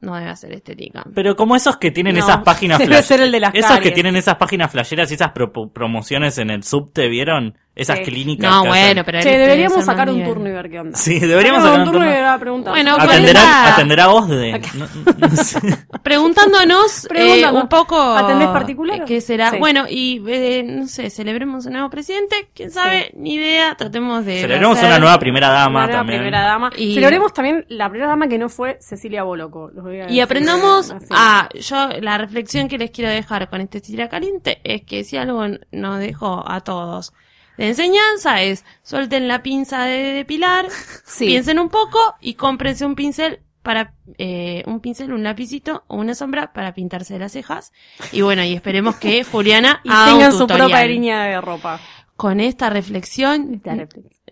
Speaker 3: no debe hacer estética.
Speaker 5: Pero como esos que tienen
Speaker 4: No,
Speaker 5: esas páginas
Speaker 4: debe
Speaker 5: flash-
Speaker 4: ser el de las
Speaker 5: Esos que
Speaker 4: caries.
Speaker 5: tienen esas páginas flasheras y esas pro- promociones en el subte, ¿vieron? Esas
Speaker 4: Sí.
Speaker 5: clínicas.
Speaker 3: No,
Speaker 5: que
Speaker 3: bueno,
Speaker 5: hacen.
Speaker 3: pero
Speaker 4: Che,
Speaker 3: él debe
Speaker 4: deberíamos
Speaker 3: ser más
Speaker 4: sacar un
Speaker 3: nivel.
Speaker 4: turno y ver qué onda.
Speaker 5: Sí, deberíamos
Speaker 4: Sacamos
Speaker 5: sacar un turno.
Speaker 4: y le preguntamos.
Speaker 3: Bueno, ¿cuál
Speaker 5: Atenderá,
Speaker 3: era?
Speaker 5: atenderá vos de. no- no sé.
Speaker 3: Preguntándonos eh,
Speaker 4: Preguntando.
Speaker 3: un poco.
Speaker 4: ¿Atendés particular?
Speaker 3: eh, ¿Qué será?
Speaker 4: Sí.
Speaker 3: Bueno, y eh, no sé, celebremos un nuevo presidente. ¿Quién sabe? Ni idea. Tratemos de.
Speaker 5: Celebremos
Speaker 3: hacer-
Speaker 5: una nueva primera dama
Speaker 4: Una nueva
Speaker 5: también.
Speaker 4: primera dama.
Speaker 3: Y-
Speaker 4: Celebremos también la primera dama que no fue Cecilia Boloco. los voy a
Speaker 3: Y
Speaker 4: decir,
Speaker 3: aprendamos
Speaker 4: así.
Speaker 3: a. Yo, la reflexión que les quiero dejar con este tira caliente es que si algo nos dejó a todos de enseñanza es suelten la pinza de depilar,
Speaker 4: Sí.
Speaker 3: piensen un poco y cómprense un pincel para eh, un pincel, un lapicito o una sombra para pintarse las cejas. Y bueno, y esperemos que Juliana
Speaker 4: Y
Speaker 3: haga
Speaker 4: tengan
Speaker 3: un
Speaker 4: su propia
Speaker 3: tutorial.
Speaker 4: línea de ropa.
Speaker 3: Con esta reflexión